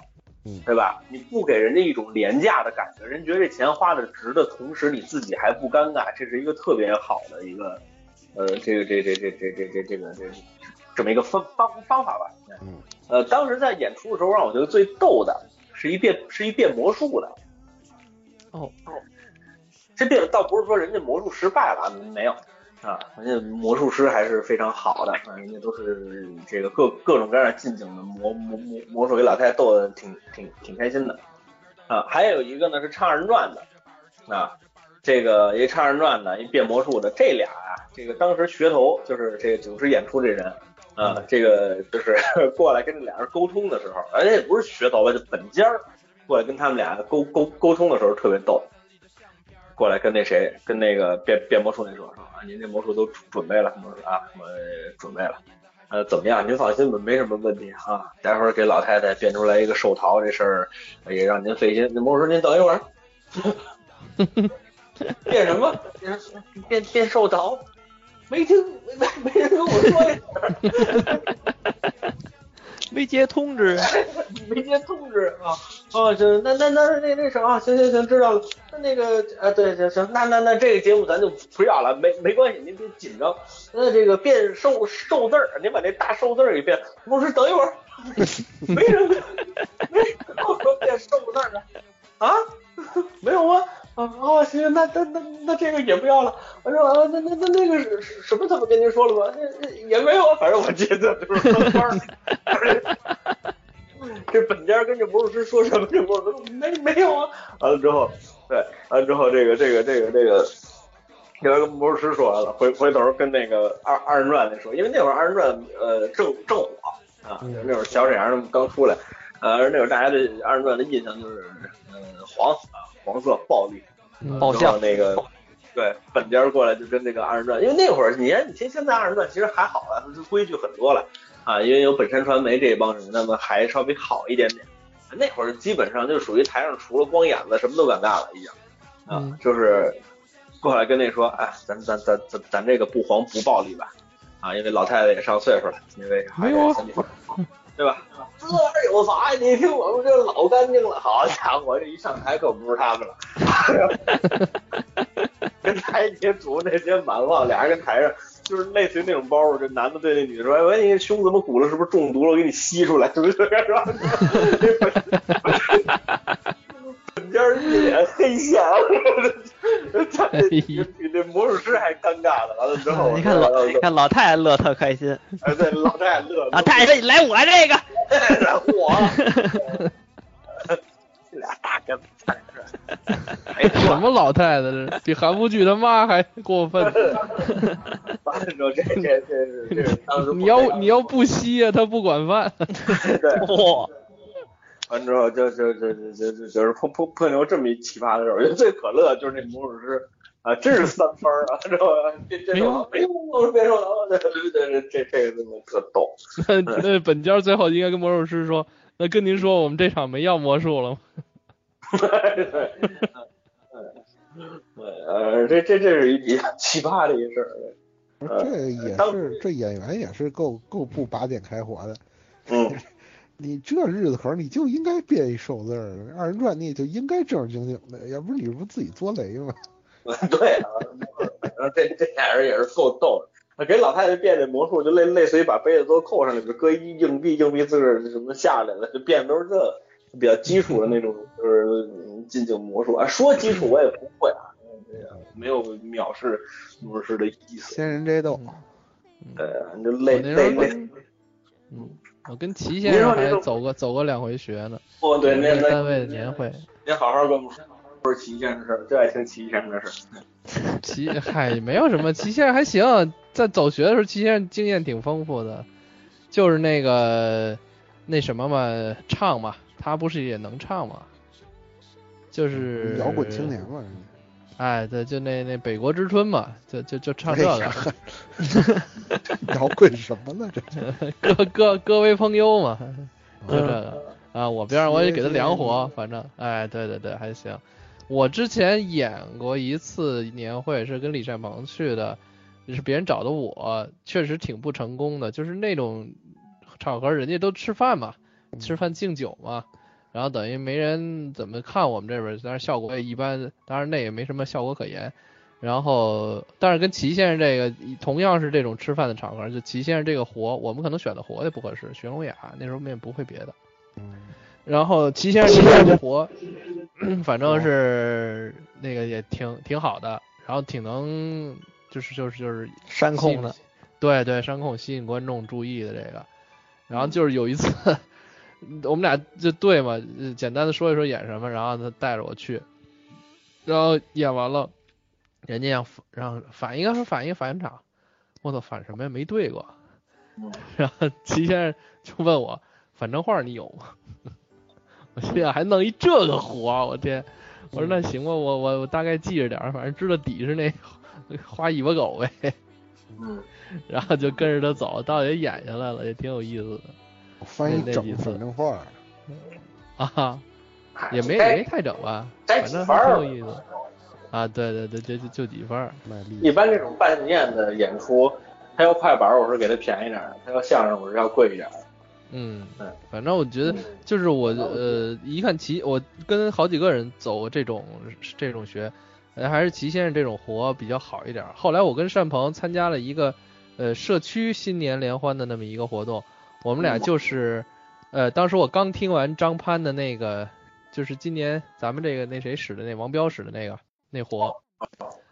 B: 嗯
A: 对吧？你不给人家一种廉价的感觉，人觉得这钱花的值的同时，你自己还不尴尬，这是一个特别好的一个，呃，这个这这这这这这这个这这么一个方方方法吧。
B: 嗯，
A: 呃，当时在演出的时候，让我觉得最逗的是一变是一变魔术的。
D: 哦，
A: 这变倒不是说人家魔术失败了啊，没有啊，人家魔术师还是非常好的，啊人家都是这个各各种各样的近景的魔魔魔魔术给老太太逗得挺挺挺开心的。啊，还有一个呢是唱二人转的，啊，这个一唱二人转的，一变魔术的，这俩啊，这个当时噱头就是这个主持演出这人，啊，这个就是 过来跟这俩人沟通的时候，而且也不是噱头吧，就本家儿过来跟他们俩沟沟沟通的时候特别逗，过来跟那谁跟那个变变魔术那说说啊，您这魔术都准备了，魔术啊，我准备了。呃，怎么样？您放心吧，没什么问题啊。待会儿给老太太变出来一个寿桃这事儿，也让您费心。那魔术师，您等一 会儿。变什么？变变变寿桃？没听没没人跟我说呀。
D: 没接通知，啊
A: 没接通知啊啊，就那那那那那什么，行行行，知道了。那那个啊，对行行，那那那这个节目咱就不要了，没没关系，您别紧张。那这个变瘦瘦字儿，您把那大瘦字儿给变。我说等一会儿，没人没人跟我说变瘦字儿了啊，没有啊。啊哦，行，那那那那这个也不要了。我说啊，那那那那个是是什么？他们跟您说了吗？那那也没有啊，反正我记得就是双关儿。这本家跟这魔术师说什么？这魔术师没没有啊？完了之后，对，完了之后这个这个这个这个，这边跟魔术师说完了，回回头跟那个二二人转那说，因为那会儿二人转呃正正火啊，
B: 嗯
A: 那会儿小沈阳他们刚出来，呃那会儿大家对二人转的印象就是呃黄啊黄色暴力，
C: 嗯
D: 爆
A: 然
D: 笑
A: 后那个。 对，本家过来就跟那个二人转，因为那会儿你看，你听现在二人转其实还好了，就规矩很多了啊，因为有本山传媒这帮人，那么还稍微好一点点。那会儿基本上就属于台上除了光眼子什么都敢干了，已经啊，
C: 嗯
A: 就是过来跟那说，哎，咱咱咱咱咱这个不黄不暴力吧，啊，因为老太太也上岁数了，因为还
D: 哎
C: 没有
A: 得
C: 啊
A: 身体好，
D: 嗯
A: 对吧？这玩意儿有啥呀？你听我们这老干净了，好家伙，这一上台可不是他们了。 跟台底下煮那些蛮旺，俩人跟台上就是类似于那种包袱，这男的对那女的说：“哎，喂，你胸怎么鼓了？是不是中毒了？我给你吸出来，是 不是？”是吧？本家一脸黑线， 他这比那魔术师还尴尬呢。完了之嗯后，
D: 哎你看老你看老太太乐特开心，
A: 哎，对，老太太乐，
D: 老太太说你来我这个，
A: 太太，我 这俩大跟菜是吧， 哎，
C: 什么老太太这比韩服剧他妈还 过分。
A: 完了之后，这这这是这是当时
C: 你要你要不吸呀、他不管饭。
A: 对，
D: 哇，
A: 完之后就就就就就就就是碰碰碰牛这么一奇葩的事儿，我觉得最可乐的就是那魔术师啊，真是三分儿啊，之后这这种没有，我别说了，这这这这个真的特逗，
C: 那那本家最后应该跟魔术师说，那跟您说我们这场没要魔术了吗。
A: 对对对，呃，这这这是一比较奇葩的一事儿，
B: 不是这也
A: 呃当
B: 是这演员也是够够不拔点开火的。
A: 嗯，
B: 你这日子可是你就应该编一瘦字儿，二人转你也就应该正儿经经的，要不你不自己作雷吗？
A: 嗯 对啊，然后这这俩人也是够逗的。给老太太变这魔术，就类类似于把杯子都扣上里边搁一硬币，硬币自个儿什么下来了，就变的都是这个比较基础的那种，就是进行魔术啊。说基础我也不会啊，没有藐视魔术师的意思。
B: 仙人摘豆，
A: 呃，就类类类，
C: 嗯，我跟齐先生还走过走过两回学呢，
A: 哦对，那那
C: 单位的年会。
A: 您好好跟我们说，说齐先生的事儿，就爱听齐先生的事儿。
C: 齐，嗨，没有什么，齐先生还行，在走学的时候，齐先生经验挺丰富的，就是那个那什么嘛，唱嘛，他不是也能唱嘛，就是
A: 嗯
B: 嗯摇滚青年，嘛，
C: 哎，对，就那那北国之春嘛，就就就唱这
B: 哎
C: 个
B: 呀，摇滚什么呢？这
C: 各 各各为朋友嘛，就这
B: 嗯
C: 个啊，我边上我也给他量活，反正哎，对对对，还行。我之前演过一次年会，是跟李善鹏去的，是别人找的我，确实挺不成功的，就是那种场合，人家都吃饭嘛，吃饭敬酒嘛，然后等于没人怎么看我们这边儿，但是效果也一般，当然那也没什么效果可言。然后，但是跟齐先生这个同样是这种吃饭的场合，就齐先生这个活，我们可能选的活也不合适，寻龙雅那时候我们也不会别的。然后齐先生这个活， 反正是那个也挺挺好的，然后挺能就是就是就是
D: 山
C: 吸
D: 控
C: 引
D: 的，
C: 对对，山控吸引观众注意的这个。然后就是有一次， 我们俩就对嘛，呃简单的说一说演什么，然后他带着我去，然后演完了，人家让让反应啊，说反应反场，我操，反什么呀？没对过。然后齐先生就问我，反正话你有吗？ 我心想还弄一这个活儿，我天！我说那行吧，我我我大概记着点儿，反正知道底是那花尾巴狗呗。
A: 嗯，
C: 然后就跟着他走，倒也演下来了，也挺有意思的
B: 我翻译
C: 那那意
B: 整
C: 思
B: 反正话儿，
C: 啊，也没也没太整吧，
A: 摘
C: 反
A: 几
C: 正
A: 分
C: 还
A: 儿
C: 挺有意思啊。对对对，就就就几分儿，
B: 卖力。
A: 一般这种办宴的演出，他要快板，我是给他便宜点儿；他要相声，我是要贵一点儿。
C: 嗯
A: 嗯，
C: 反正我觉得
A: 嗯
C: 就是我呃，一看齐，我跟好几个人走这种这种学，呃还是齐先生这种活比较好一点儿。后来我跟单鹏参加了一个呃社区新年联欢的那么一个活动，我们俩就是呃，当时我刚听完张潘的那个，就是今年咱们这个那谁使的那王彪使的那个那活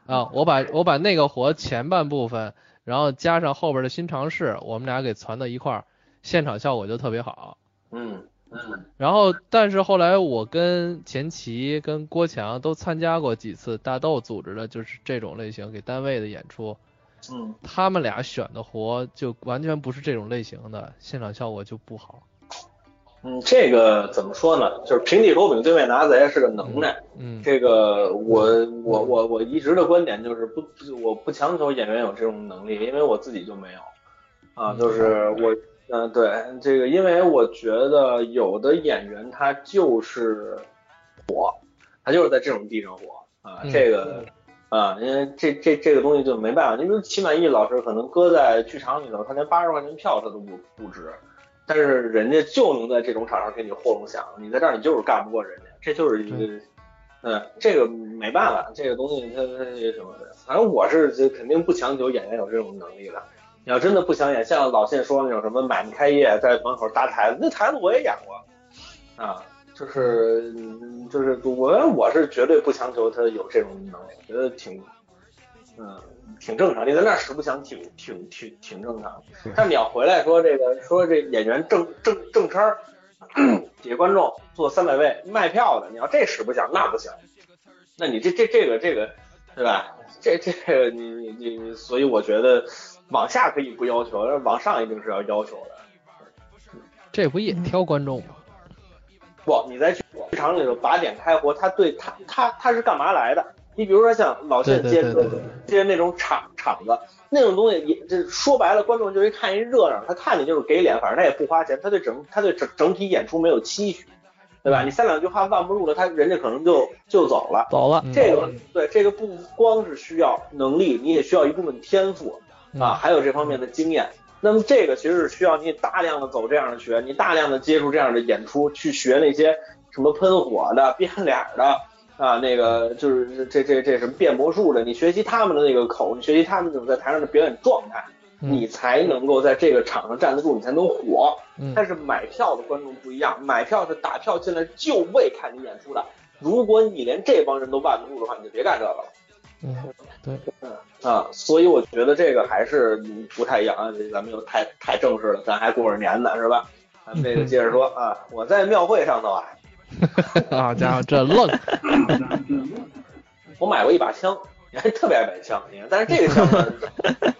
C: 啊，我把我把那个活前半部分，然后加上后边的新尝试，我们俩给攒到一块儿，现场效果就特别好。
A: 嗯嗯
C: 然后，但是后来我跟钱琦、跟郭强都参加过几次大豆组织的，就是这种类型给单位的演出，
A: 嗯，
C: 他们俩选的活就完全不是这种类型的，现场效果就不好。
A: 嗯，这个怎么说呢？就是平地说饼，对面拿贼是个能耐。
C: 嗯，
A: 这个我我我我一直的观点就是不，我不强求演员有这种能力，因为我自己就没有。啊，
C: 嗯
A: 就是我，嗯、对，这个因为我觉得有的演员他就是火，他就是在这种地上火啊，
C: 嗯
A: 这个。啊，因为这这这个东西就没办法，你比如齐满意老师可能搁在剧场里头，他连八十块钱票他都不不值，但是人家就能在这种场上给你霍弄响，你在这儿你就是干不过人家，这就是一个，嗯，这个没办法，这个东西它它那什么的，反正我是就肯定不强求演员有这种能力的。你要真的不想演，像老信说那种什么满开业在门口搭台子，那台子我也演过，啊，就是嗯就是我我是绝对不强求他有这种能力，觉得挺嗯挺正常。你在那儿实不想挺挺挺挺正常
B: 是，
A: 但是你要回来说这个说这演员正正正差儿，底下观众坐三百位卖票的，你要这使不响那不行，那你这这这个这个对吧？这这个你你你，所以我觉得往下可以不要求，但是往上一定是要要求的。
C: 这不也挑观众吗？
A: 不，你在剧场里头把点开活，他对他他他是干嘛来的？你比如说像老
C: 对
A: 谢
C: 对
A: 接
C: 对
A: 触
C: 对对
A: 接那种场场子，那种东西也这说白了，观众就是看一热闹，他看你就是给脸，反正他也不花钱，他对整他对整整体演出没有期许，对
C: 嗯
A: 吧？你三两句话万不住了，他人家可能就就走了。
D: 走了，
C: 嗯
A: 这个对这个不光是需要能力，你也需要一部分天赋
C: 嗯
A: 啊，还有这方面的经验。那么这个其实是需要你大量的走这样的学，你大量的接触这样的演出，去学那些什么喷火的、 变脸儿的啊，那个就是这这这什么变魔术的，你学习他们的那个口，你学习他们怎么在台上的表演状态，
C: 嗯
A: 你才能够在这个场上站得住，你才能火。
C: 嗯
A: 但是买票的观众不一样，买票是打票进来就为看你演出的。如果你连这帮人都办不住的话，你就别干这个了
C: 嗯，
A: 啊！所以我觉得这个还是嗯不太一样啊。咱们又太太正式了，咱还过着年呢，是吧？咱们这
D: 嗯
A: 个接着说啊，我在庙会上头啊，
C: 好家伙，这愣，
A: 我买过一把枪，你还特别爱买枪，你看，但是这个枪 呢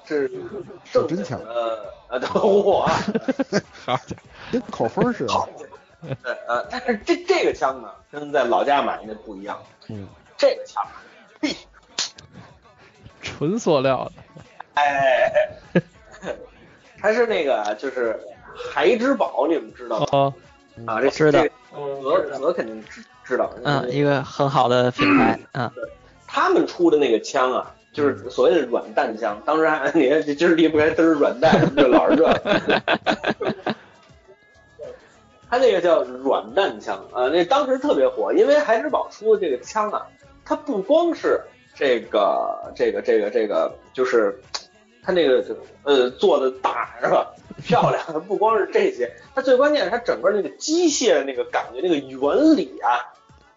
A: 是正经
B: 手真枪
A: 的啊，等我啊，
C: 好家
B: 这口风是，
A: 对啊，但是这这个枪呢，跟在老家买那不一样，
B: 嗯，
A: 这个枪，嘿。
C: 伙，纯塑料的，
A: 哎， 它是那个就是孩之宝，你们知道吗？
C: 哦，
A: 啊，这
D: 知道
A: 这泽泽肯定知知道。
D: 嗯，一个很好的品牌，嗯，
A: 他们出的那个枪啊，就是所谓的软弹枪，当时还 你看这今儿离不开嘚儿软弹， 这老是这。他那个叫软弹枪啊，那当时特别火，因为孩之宝出的这个枪啊，它不光是这个这个这个这个，就是它那个呃做的大是吧，漂亮，它不光是这些，它最关键是它整个那个机械的那个感觉，那个原理啊，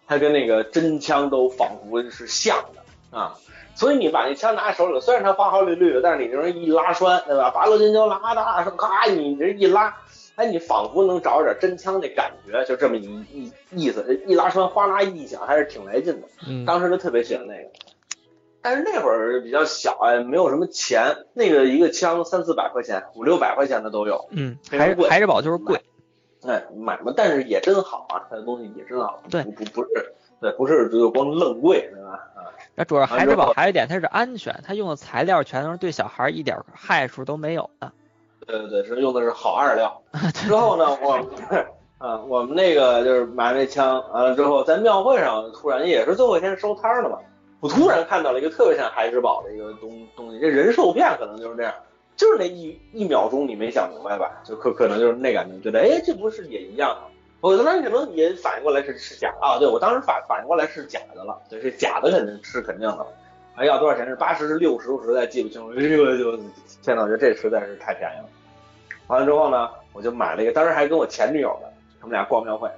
A: 它跟那个真枪都仿佛是像的啊。所以你把那枪拿手里，虽然它花花绿绿的，但是你这人一拉栓，对吧？拔螺旋胶拉大，咔，你这一拉，哎，你仿佛能找着点真枪那感觉，就这么一一意思，一拉栓哗啦一响，还是挺来劲的。
C: 嗯，
A: 当时就特别喜欢那个。但是那会儿比较小哎，没有什么钱，那个一个枪三四百块钱，五六百块钱的都有。
D: 嗯，
A: 非
D: 还
A: 常贵
D: 是还是宝就是贵，
A: 哎，买吧，但是也真好啊，它的东西也真好，
D: 对
A: 不不不是，对，不是就光愣贵，对吧？啊，
D: 那主要还是宝还是一点它是安全，它用的材料全都是对小孩儿一点害处都没有的，
A: 对对对，是用的是好二料。之后呢，我们 啊，我们那个就是买那枪，完了之后在庙会上突然也是最后一天收摊儿了嘛，我突然看到了一个特别像孩之宝的一个东东西，这人兽片可能就是这样，就是那一一秒钟你没想明白吧，就可可能就是那感觉，觉得哎这不是也一样吗？我当时可能也反应过来是是假啊，对我当时反反应过来是假的了，对，是假的肯定是肯定的了。啊，要多少钱？是八十是六十？我实在记不清哎楚。这个就天呐，我觉得这实在是太便宜了。完了之后呢，我就买了一个，当时还跟我前女友呢，他们俩逛庙会，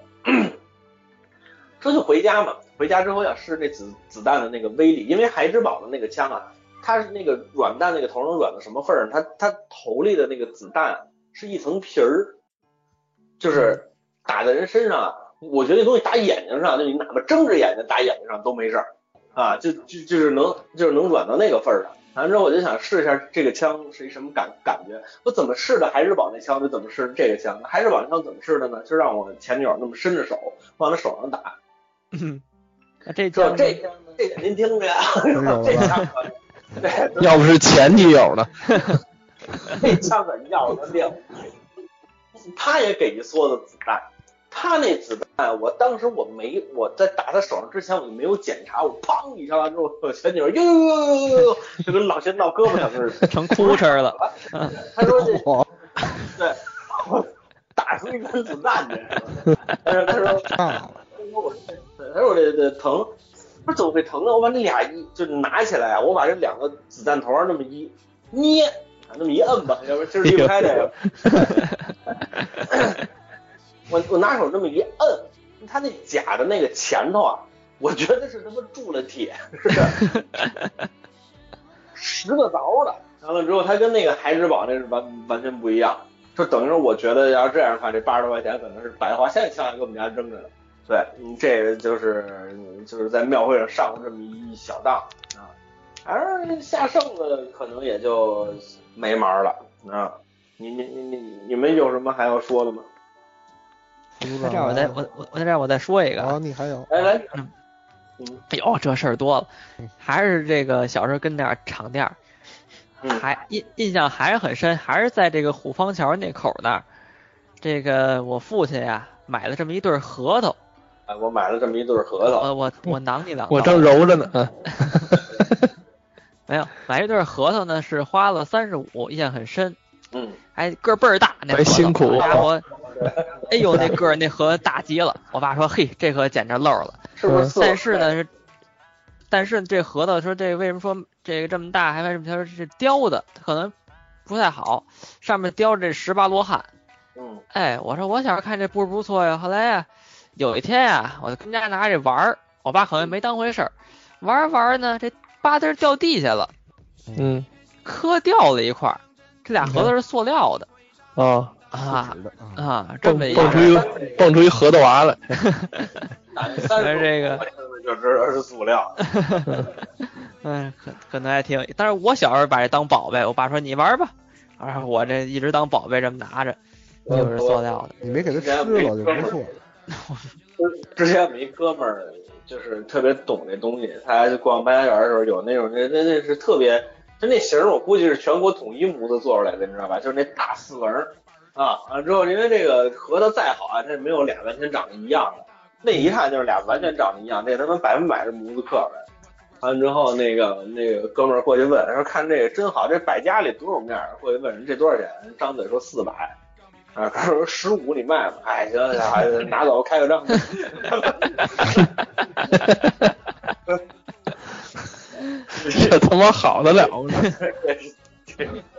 A: 这就回家嘛。回家之后要试那子子弹的那个威力，因为孩之宝的那个枪啊，它是那个软弹那个头能软到什么份儿？它它头里的那个子弹啊是一层皮儿，就是打在人身上啊。我觉得那东西打眼睛上，就你哪怕睁着眼睛打眼睛上都没事儿啊，就就就是能就是能软到那个份儿上。完之后我就想试一下这个枪是一什么感感觉，我怎么试的海之宝那枪就怎么试这个枪，海之宝那枪怎么试的呢？就让我前女友那么伸着手往他手上打，
D: 那这
A: 说
D: 叫
A: 这枪呢这您听着呀，
B: 温柔
A: 这
B: 了吧？
A: 枪可对
E: 要不是前女友呢？
A: 这枪可要了命。他也给一梭子子弹，他那子弹，我当时我没我在打他手上之前我就没有检查，我砰一下完之后，我前女友呦呦呦呦呦呦，就跟老先闹胳膊上似的。
D: 成哭哧了，
A: 他说这
B: 哇，
A: 对， 打出一根子弹去。但是他说，
B: 大了，
A: 他说我这，对他哎说我这这疼，我说怎么会疼呢？啊我把那俩一就是拿起来啊，我把这两个子弹头儿那么一捏，啊那么一摁吧，要不然今儿离不开这个。 我我拿手这么一摁，他那假的那个前头啊，我觉得是他妈铸了铁似的，拾得着的。完了之后，它跟那个孩之宝那是完完全不一样。就等于说，我觉得要是这样的话，这八十多块钱可能是白花。现在想想给我们家扔着呢。对，嗯这就是嗯就是在庙会上上过这么一小当啊，而下剩的可能也就没门儿了啊。你你你你你们有什么还要说的吗？
D: 在这儿我再
A: 哦
D: 我我我在这儿我再说一个，
B: 啊，你还有
A: 来来，
D: 哎呦，这事儿多了
B: 嗯，
D: 还是这个小时候跟那儿场店儿，
A: 嗯
D: 还印印象还是很深，还是在这个虎坊桥那口儿那儿，这个我父亲呀、买了这么一对儿核桃，
A: 哎我买了这么一对儿核桃，
D: 我我我囊你囊
C: 我
D: 到
C: 正揉着呢，嗯，
D: 没有买一对儿核桃呢，是花了三十五，印象很深，
A: 嗯，
D: 哎个儿倍儿大，那核
C: 哎
D: 桃
C: 辛苦
D: 好家伙，哎呦那个儿那核桃大极了，我爸说嘿这可简直漏了。
A: 是不是四？
D: 但是呢，是但是这核桃说这为什么说这个这么大还为什么他说是雕的，它可能不太好，上面雕着这十八罗汉。
A: 嗯
D: 哎，我说我小时候看这不不错呀，后来呀，有一天呀，我就跟家拿着玩儿，我爸好像没当回事儿，玩儿玩儿呢，这吧嗒掉地下了，
C: 嗯
D: 磕掉了一块儿。这俩核桃是塑料的
C: 啊，
D: 啊
B: 纸的啊，
D: 啊，这
C: 蹦
D: 么一
C: 蹦出
D: 个，
C: 一蹦出一核桃娃来，
A: 打那
D: 但
A: 三
D: 是
A: 十
D: 这个。
A: 就知道是塑料，
D: 嗯，可可能还挺有，但是我小时候把这当宝贝，我爸说你玩吧，然后我这一直当宝贝这么拿着，
C: 嗯
D: 就是塑料的。
B: 你没给他吃了就不错。
A: 之前有一哥们儿就是特别懂这东西，他逛八家园的时候有那种那那那是特别，就那型儿我估计是全国统一模子做出来的，你知道吧？就是那大四棱儿啊，完之后因为这个核桃再好啊，它也没有俩完全长得一样的，那一看就是俩完全长得一样，那他妈百分百是模子刻出来的。完之后，那个那个哥们儿过去问，说看这个真好，这摆家里多少面儿？过去问人这多少钱？人张嘴说四百，啊，他说十五你卖吧，哎，行行行，拿走开个张。
C: 这他妈好得了吗？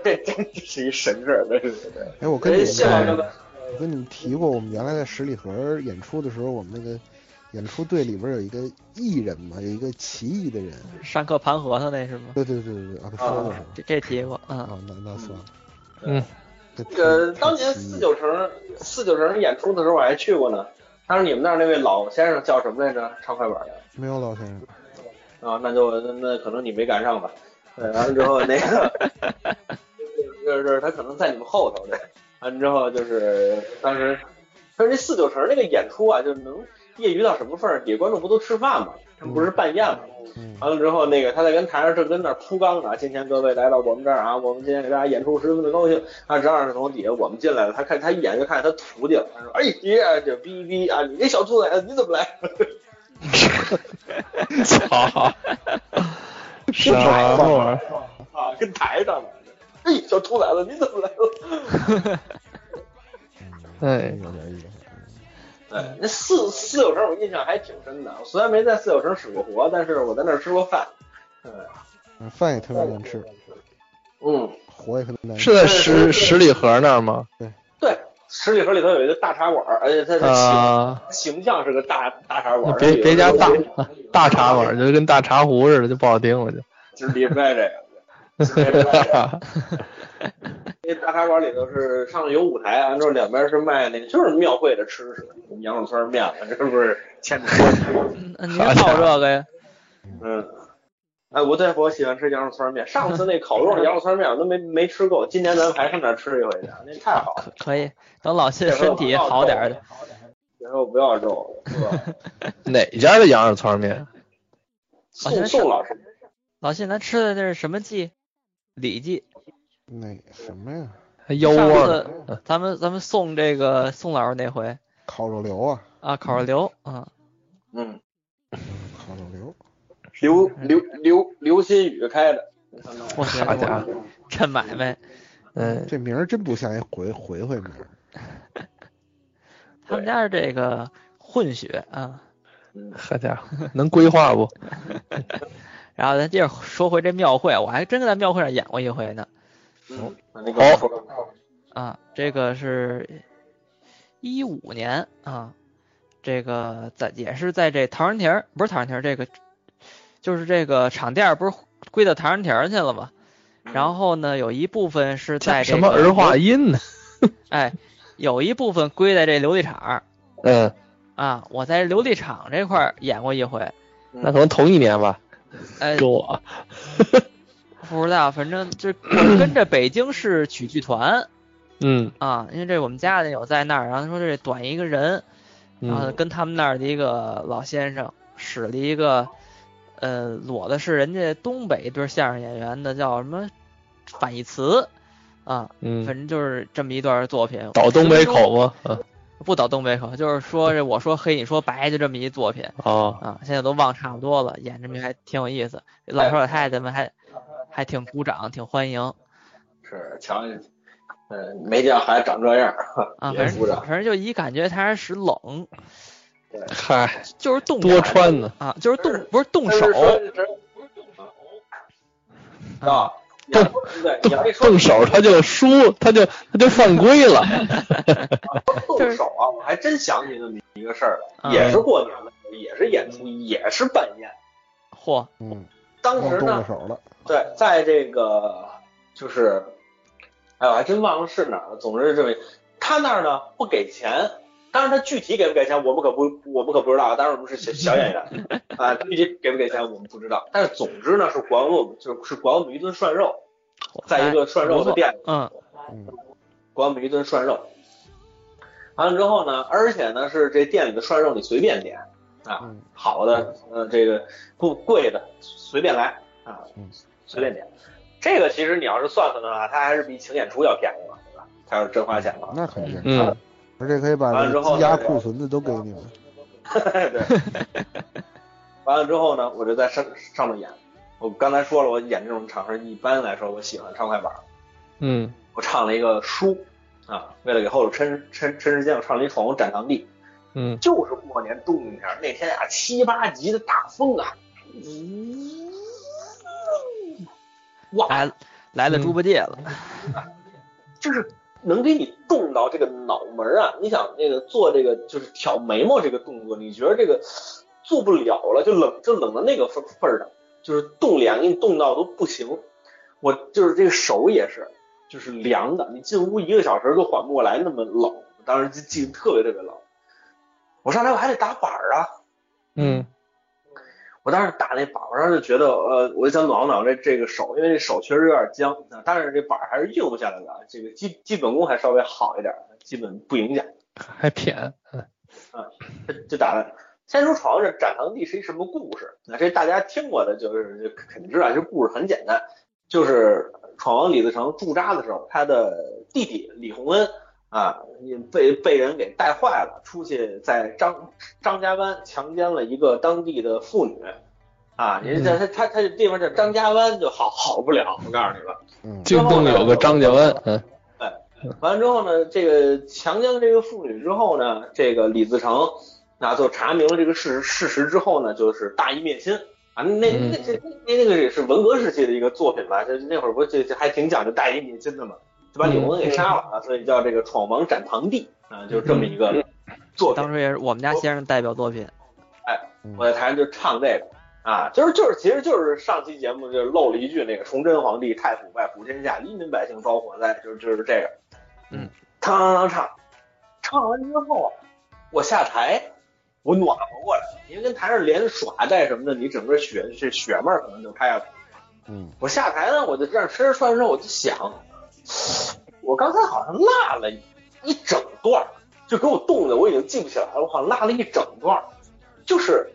A: 这 真是一神事儿，这是。
B: 哎，我跟你
A: 笑
B: 们
A: 着呢。
B: 我跟你们提过，我们原来在十里河演出的时候，我们那个演出队里边有一个艺人嘛，有一个奇异的人。
D: 上课盘核桃那是吗？
B: 对对对对对，啊，他说过什么？
D: 这这提过，嗯，
B: 啊，那那算了。
C: 嗯
B: 这
A: 这个
B: 挺
A: 当年
B: 挺奇异
A: 四九城四九城演出的时候我还去过呢，当时你们那儿那位老先生叫什么来着？唱快板的
B: 没有老先生，
A: 啊，那就那那可能你没赶上吧。对，完了之后那个，就是他可能在你们后头对，完了之后就是当时，但是这四九城那个演出啊，就是能业余到什么份儿？底下观众不都吃饭吗？他们不是办宴吗？
B: 嗯，
A: 完了之后，那个他在跟台上正跟那儿铺缸呢。今天各位来到我们这儿啊，我们今天给大家演出十分的高兴。啊，正好是从底下我们进来了，他看他一眼就看见他徒弟了，他说：“哎呀，这逼逼啊，你这小兔崽子你怎么来？
C: 操，什么玩意儿？
A: 啊，跟台上了。”哎，小兔崽子，你怎么来了？
B: 嗯
C: 哎，
B: 有点意思。
A: 对，那四四九城我印象还挺深的。我虽然没在四九城使过活，但是我在那儿吃过饭。
B: 嗯饭也特别难吃，
A: 嗯，
B: 火也特别难吃。
C: 是在十十里河那儿吗？
A: 对，十里河里头有一个大茶馆儿，而且它的形、
C: 啊，
A: 形象是个大大茶馆
C: 那
A: 儿。
C: 别别加大
A: 大。
C: 大茶碗，就跟大茶壶似的，就不好听了就。
A: 就是离不开这个，就是离不开这 个。那大茶馆里头是上面有舞台，完之后两边是卖那个就是庙会的吃食，羊肉串面，这是不是牵扯多吃？
D: 那您好这个呀？
A: 嗯，哎，我对我喜欢吃羊肉串面，上次那烤肉羊肉串面我都没没吃够，今年咱们还上那儿吃一回去，那太好了。
D: 可可以，等老谢身体好点儿的，，
A: 以后不要肉了，是 吧？
C: 哪家的羊肉汆面？
A: 宋宋老师，
D: 老谢咱吃的那是什么鸡？里脊。
B: 那什么呀，
C: 还腰
D: 上
C: 窝呢？
D: 次咱们咱们送这个宋老师那回
B: 烤肉瘤啊，
D: 啊，烤肉瘤啊，
A: 嗯，
B: 烤肉瘤。
A: 刘刘刘刘新宇开的，嗯
D: 我去
C: 好家伙，
D: 趁买卖。
C: 嗯，
B: 这名儿真不像一回回回名儿。
D: 他们家是这个混血啊。
C: 好家伙，能规划不？
D: 然后咱接着说回这庙会，我还真在庙会上演过一回呢。
A: 嗯，那你跟我说嗯
D: 啊，这个是一五年啊，这个在也是在这陶然亭儿，不是陶然亭儿，这个就是这个场店儿不是归 到陶然亭儿去了吗？然后呢，有一部分是在这
C: 什么
D: 个
C: 儿化音呢？
D: 哎，有一部分归在这琉璃厂
E: 嗯，
D: 啊，我在琉璃厂这块儿演过一回，
E: 那可能同一年吧，
D: 哎，
E: 跟 我
D: 不知道，反正就是我跟着北京市曲剧团
E: 嗯
D: 啊，因为这我们家的有在那儿，然后他说这短一个人，然后
E: 嗯
D: 跟他们那儿的一个老先生使了一个，呃，裸的是人家东北一对相声演员的叫什么反义词啊，反
E: 嗯，
D: 正就是这么一段作品，
E: 倒东北
D: 10分
E: 口吗？嗯
D: 钟不倒东北口，就是说这我说黑你说白就这么一作品
E: 哦，
D: 啊，现在都忘差不多了，演这么一还挺有意思，老头老
E: 哎
D: 太太们还还挺鼓掌，挺欢迎。啊
A: 是瞧你，呃，没见孩子长这样，
D: 啊，
A: 也
D: 反
A: 鼓
D: 正
A: 掌
D: 反正就一感觉他是使冷，
E: 嗨，
D: 就是冻
E: 多
D: 点儿
E: 穿呢，
D: 啊，就是冻不是冻
A: 但
D: 手
A: 是说这啊，
E: 动
A: 对，你要
E: 动
A: 一说
E: 动手他就输，他就他就犯规了。
A: 动手啊，我还真想起那么一个事儿来，
D: 啊
A: 也是过年的时候，也是演出，也是办宴。
D: 嚯，
B: 嗯，
A: 当
B: 忘
A: 时
B: 动了
A: 呢，
B: 手了，
A: 对，在这个就是，哎，我还真忘了是哪儿了。总之是这么，他那儿呢不给钱，当然他具体给不给钱我们可不我们可不知道啊，当然我们是小小演员啊，具体给不给钱我们不知道。但是总之呢是管我们就是管我们一顿涮肉，在一个涮肉的店里。
D: 嗯
B: 嗯，
A: 管我们一顿涮肉。完了之后呢，而且呢是这店里的涮肉你随便点啊
B: 嗯，
A: 好的，呃，这个不贵的随便来啊
B: 嗯，
A: 随便点。这个其实你要是算算的话，它还是比请演出要便宜嘛，对吧？它要是真花钱的话，
B: 那肯定。
E: 嗯，
B: 而且可以把
A: 完了之
B: 这
A: 后
B: 积
A: 呢
B: 压库存的都给你们。嗯
A: 对。完了之后呢，我就在上上面演。我刚才说了，我演这种场合一般来说我喜欢唱快板儿，
E: 嗯
A: 我唱了一个书啊，为了给后头抻抻抻时间，我唱了一闯红展堂地。
E: 嗯，
A: 就是过年冬天儿那天啊，七八级的大风啊，呜哇，
B: 哎
D: 来来了
E: 嗯
D: 猪八戒了，
A: 就是能给你冻到这个脑门儿啊！你想那个做这个就是挑眉毛这个动作，你觉得这个做不了了，就冷就冷到那个份份儿上，就是冻脸给你冻到都不行。我就是这个手也是，就是凉的，你进屋一个小时都缓不过来，那么冷，当时就记得特别特别冷。我上来我还得打板儿啊，
E: 嗯
A: 我当时打那板儿，我当时就觉得，呃，我就想暖和暖和这这个手，因为这手确实有点僵，啊但是这板儿还是应付下来了，这个基基本功还稍微好一点，基本不影响。
E: 还谝，
A: 就就打了。先说床这展堂地是一什么故事？那这大家听过的，就是就肯定知道。啊这故事很简单，就是闯王李自成驻扎的时候，他的弟弟李洪恩啊，也被被人给带坏了，出去在张张家湾强奸了一个当地的妇女。啊，人家他他他这地方叫张家湾就好好不了，我告诉你们。
B: 嗯，
E: 京东有个张家湾，嗯
A: 完了之后呢，这个强奸了这个妇女之后呢，这个李自成啊就查明了这个事事实之后呢，就是大义灭亲啊。那
E: 嗯
A: 那这那那个也是文革时期的一个作品吧？就那会儿不这这还挺讲究大义灭亲的嘛，就把李洪恩给杀了啊，所以叫这个闯王斩堂弟啊，就是这么一个作品
D: 当。时也是我们家先生代表作品，
B: 嗯
A: 我在台上就唱这个啊，就是就是，其实就是上期节目就漏了一句那个崇祯皇帝太腐败普天下，黎民百姓遭火灾，就是就是这个，
D: 嗯，
A: 唱唱唱唱，唱完之后啊，我下台，我暖和过来了，因为跟台上连耍带什么的，你整个血是血脉儿可能就开下去了。
B: 嗯，
A: 我下台呢，我就这样吃着涮肉，我就想，我刚才好像落了一整段儿，就给我冻的，我已经记不起来了，我好像落了一整段儿，就是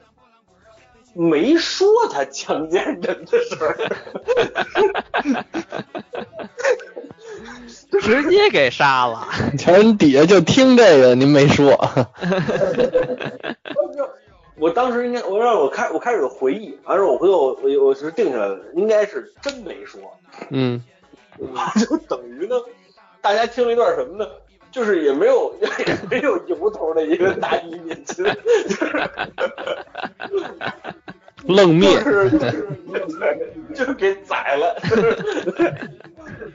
A: 没说他强奸人的事儿，
D: 直接给杀了，
E: 瞧人底下就听这个，您没说，
A: 我当时应该，我让我开，我开始回忆，完事我回头我我我是定下来了，应该是真没说，
E: 嗯
A: 就 等于呢，大家听了一段什么呢？就是也没有 也没有由头的一个大义灭亲，就是
E: 愣灭，
A: 就是就是就给宰了。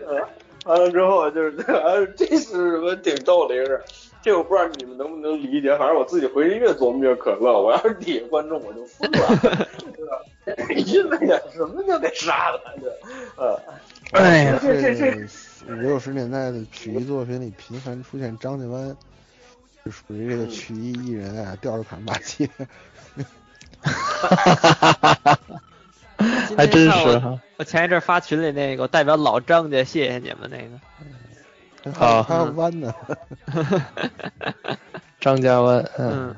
A: 呃完了之后就是，呃这是什么挺逗的一个事儿，这我不知道你们能不能理解，反正我自己回去越琢磨越可乐。我要是底下观众我就疯了， 对吧因为呀，什么就得杀了，就呃，
E: 哎呀，
A: 这这这
B: 个五六十年代的曲艺作品里频繁出现张家湾，就属于这个曲艺艺人啊，吊着砍骂街。
D: 今天哎
C: 还真
D: 看
C: 是
D: 我
C: 哈。
D: 我前一阵发群里那个代表老张家谢谢你们那个，
B: 还有
C: 啊
B: 还有弯呢，
C: 张家湾，嗯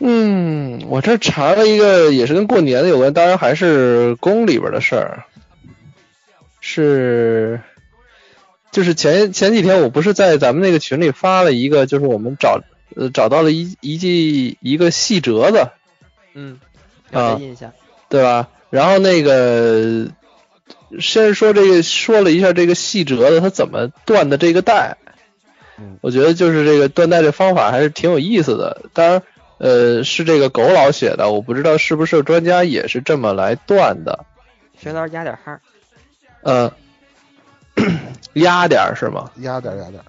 D: 嗯，
C: 嗯，我这查了一个，也是跟过年的有关，当然还是宫里边的事儿，是，就是前前几天我不是在咱们那个群里发了一个，就是我们找呃找到了一一记一个细折子，
D: 嗯，有
C: 啊
D: 这印象，
C: 对吧？然后那个先说这个，说了一下这个细折的他怎么断的这个带
B: 嗯。
C: 我觉得就是这个断带这方法还是挺有意思的。当然，呃，是这个狗老写的，我不知道是不是专家也是这么来断的。
D: 学到压点哈儿，
C: 嗯、压点儿是吗？
B: 压点儿压点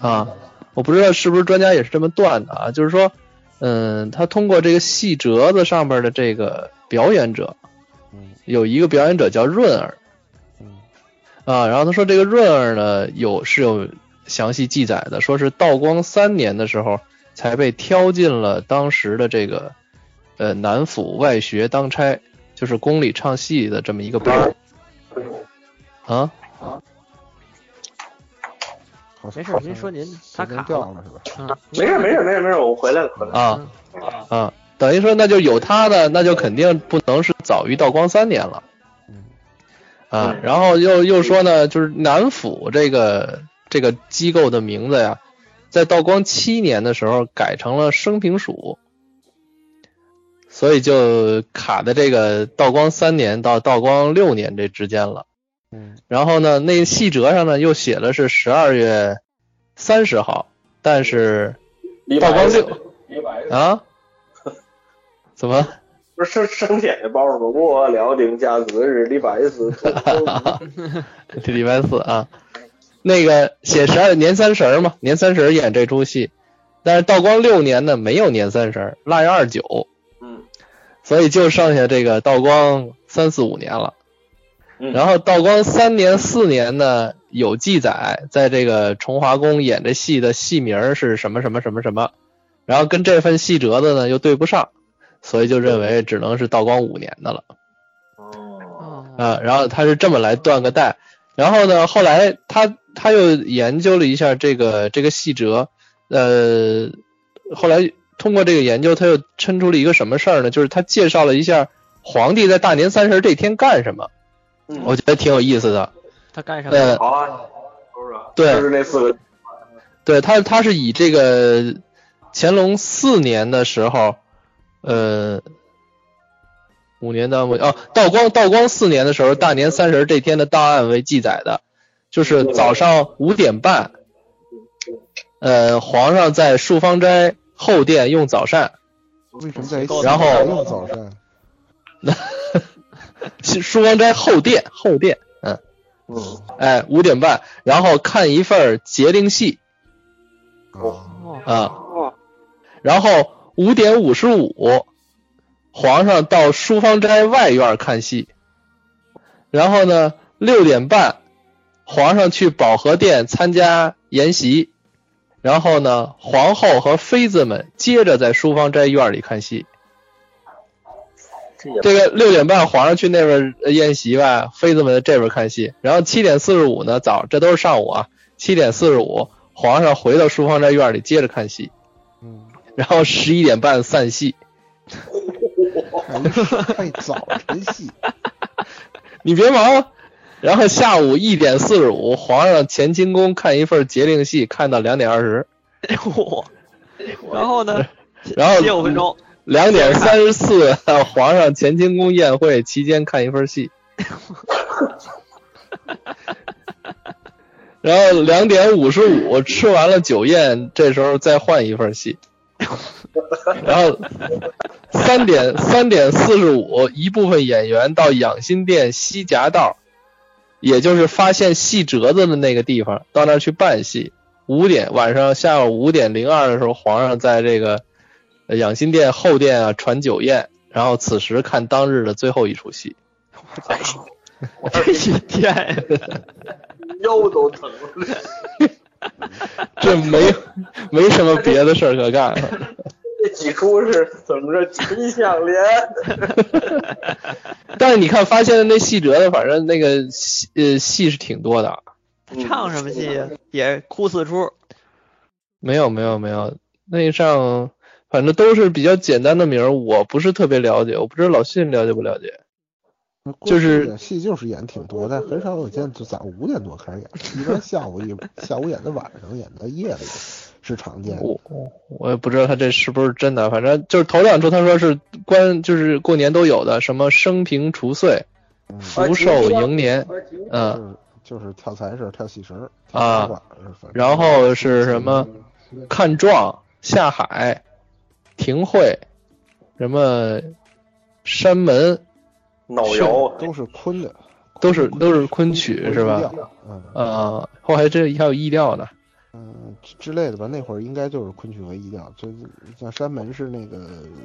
B: 儿。
C: 啊，我不知道是不是专家也是这么断的啊。就是说，嗯，他通过这个细折子上面的这个表演者，
B: 嗯
C: 有一个表演者叫润儿，
B: 嗯
C: 啊，然后他说这个润儿呢有是有详细记载的，说是道光三年的时候才被挑进了当时的这个呃南府外学当差，就是宫里唱戏的这么一个班儿。啊，
B: 好像
D: 没事
B: 好
D: 您
B: 像
D: 说您
B: 时
D: 他
B: 间
D: 卡
B: 掉了是吧？
D: 嗯，
A: 没事没事没事没事，我回来了回来了。
C: 啊啊，等于说那就有他的，那就肯定不能是早于道光三年了。
B: 嗯
C: 啊
A: 嗯，
C: 然后又又说呢，就是南府这个这个机构的名字呀，在道光七年的时候改成了升平署，所以就卡在这个道光三年到道光六年这之间了。
B: 嗯
C: 然后呢，那细折上呢又写了是十二月三十号，但是
A: 李
C: 道
A: 白
C: 光六
A: 李白
C: 啊， 怎么？
A: 不是生写的包吗？我辽宁家子日李白 死。
C: 这礼拜四啊，那个写十二年三十儿嘛，年三十儿演这出戏，但是道光六年呢没有年三十儿，腊月二十九，
A: 嗯，
C: 所以就剩下这个道光三四五年了。
A: 嗯
C: 然后道光三年四年呢有记载，在这个崇华宫演这戏的戏名儿是什么什么什么什么，然后跟这份戏折子呢又对不上，所以就认为只能是道光五年的了。
A: 哦，
D: 哦，
C: 啊，然后他是这么来断个带，然后呢，后来他他又研究了一下这个这个细折，呃，后来通过这个研究，他又抻出了一个什么事儿呢？就是他介绍了一下皇帝在大年三十这天干什么，
A: 嗯
C: 我觉得挺有意思的。
D: 他干什么？
C: 呃，
A: 好啊，是不是？
C: 对
A: 就是那四个。
C: 对他他是以这个乾隆四年的时候，呃。五年单位哦，道光道光四年的时候，大年三十这天的档案为记载的，就是早上五点半，呃，皇上在漱芳斋后殿用早膳，
B: 为什么在一
D: 够
B: 起？
C: 了然后
B: 用早膳，
C: 是漱芳斋后殿后殿，嗯，
A: 嗯，
C: 哎，五点半，然后看一份儿节令戏
B: 啊，
D: 哦，
C: 啊，
A: 哦，
C: 然后五点五十五，皇上到书芳斋外院看戏，然后呢，六点半，皇上去保和殿参加筵席，然后呢，皇后和妃子们接着在书芳斋院里看戏。
A: 这也
C: 这个六点半皇上去那边呃宴席吧，妃子们在这边看戏，然后七点四十五呢，早这都是上午啊，七点四十五皇上回到书芳斋院里接着看戏，
B: 嗯，
C: 然后十一点半散戏。
B: 看一看一早晨 戏，
C: 你别忙。然后下午一点四十五，皇上乾清宫看一份节令戏，看到两点二十，
D: 我，然后呢？
C: 然后
D: 歇五分钟，
C: 两点三十四，皇上乾清宫宴会期间看一份戏，然后两点五十五吃完了酒宴，这时候再换一份戏，然后三点三点四十五，一部分演员到养心殿西夹道，也就是发现戏折子的那个地方，到那儿去办戏。五点晚上下午五点零二的时候，皇上在这个呃养心殿后殿啊传酒宴，然后此时看当日的最后一出戏。
D: 我操，
A: 我
D: 这一天
A: 腰都疼了。
C: 这没没什么别的事儿可干了。
A: 这几出是怎么着？秦相连，
C: 但是你看，发现那戏折的，反正那个戏呃戏是挺多的。
A: 嗯
D: 唱什么戏啊呀？也哭四出，
C: 没有没有没有，那上反正都是比较简单的名儿，我不是特别了解，我不知道老信了解不了解。
B: 那
C: 就
B: 过去
C: 是
B: 演戏就是演挺多，但很少有见就早五点多开始演，一般下午一下午演到晚上，演到夜里是常见的。
C: 我我也不知道他这是不是真的，反正就是头两出他说是关，就是过年都有的，什么生平除岁、
B: 嗯
C: 福寿迎
A: 啊
C: 年，嗯，
B: 就是就是跳财神、跳戏神儿
C: 啊，
B: 跳八卦反正
C: 然后是什么看状、下海、庭会，什么山门，
A: 啊脑摇，
B: 都是昆的，
C: 都是
B: 昆
C: 都是昆曲是？吧
B: 昆？调嗯
C: 呃，后来这还有意料呢，
B: 嗯之之类的吧，那会儿应该就是昆曲为一调，就是像山门是那个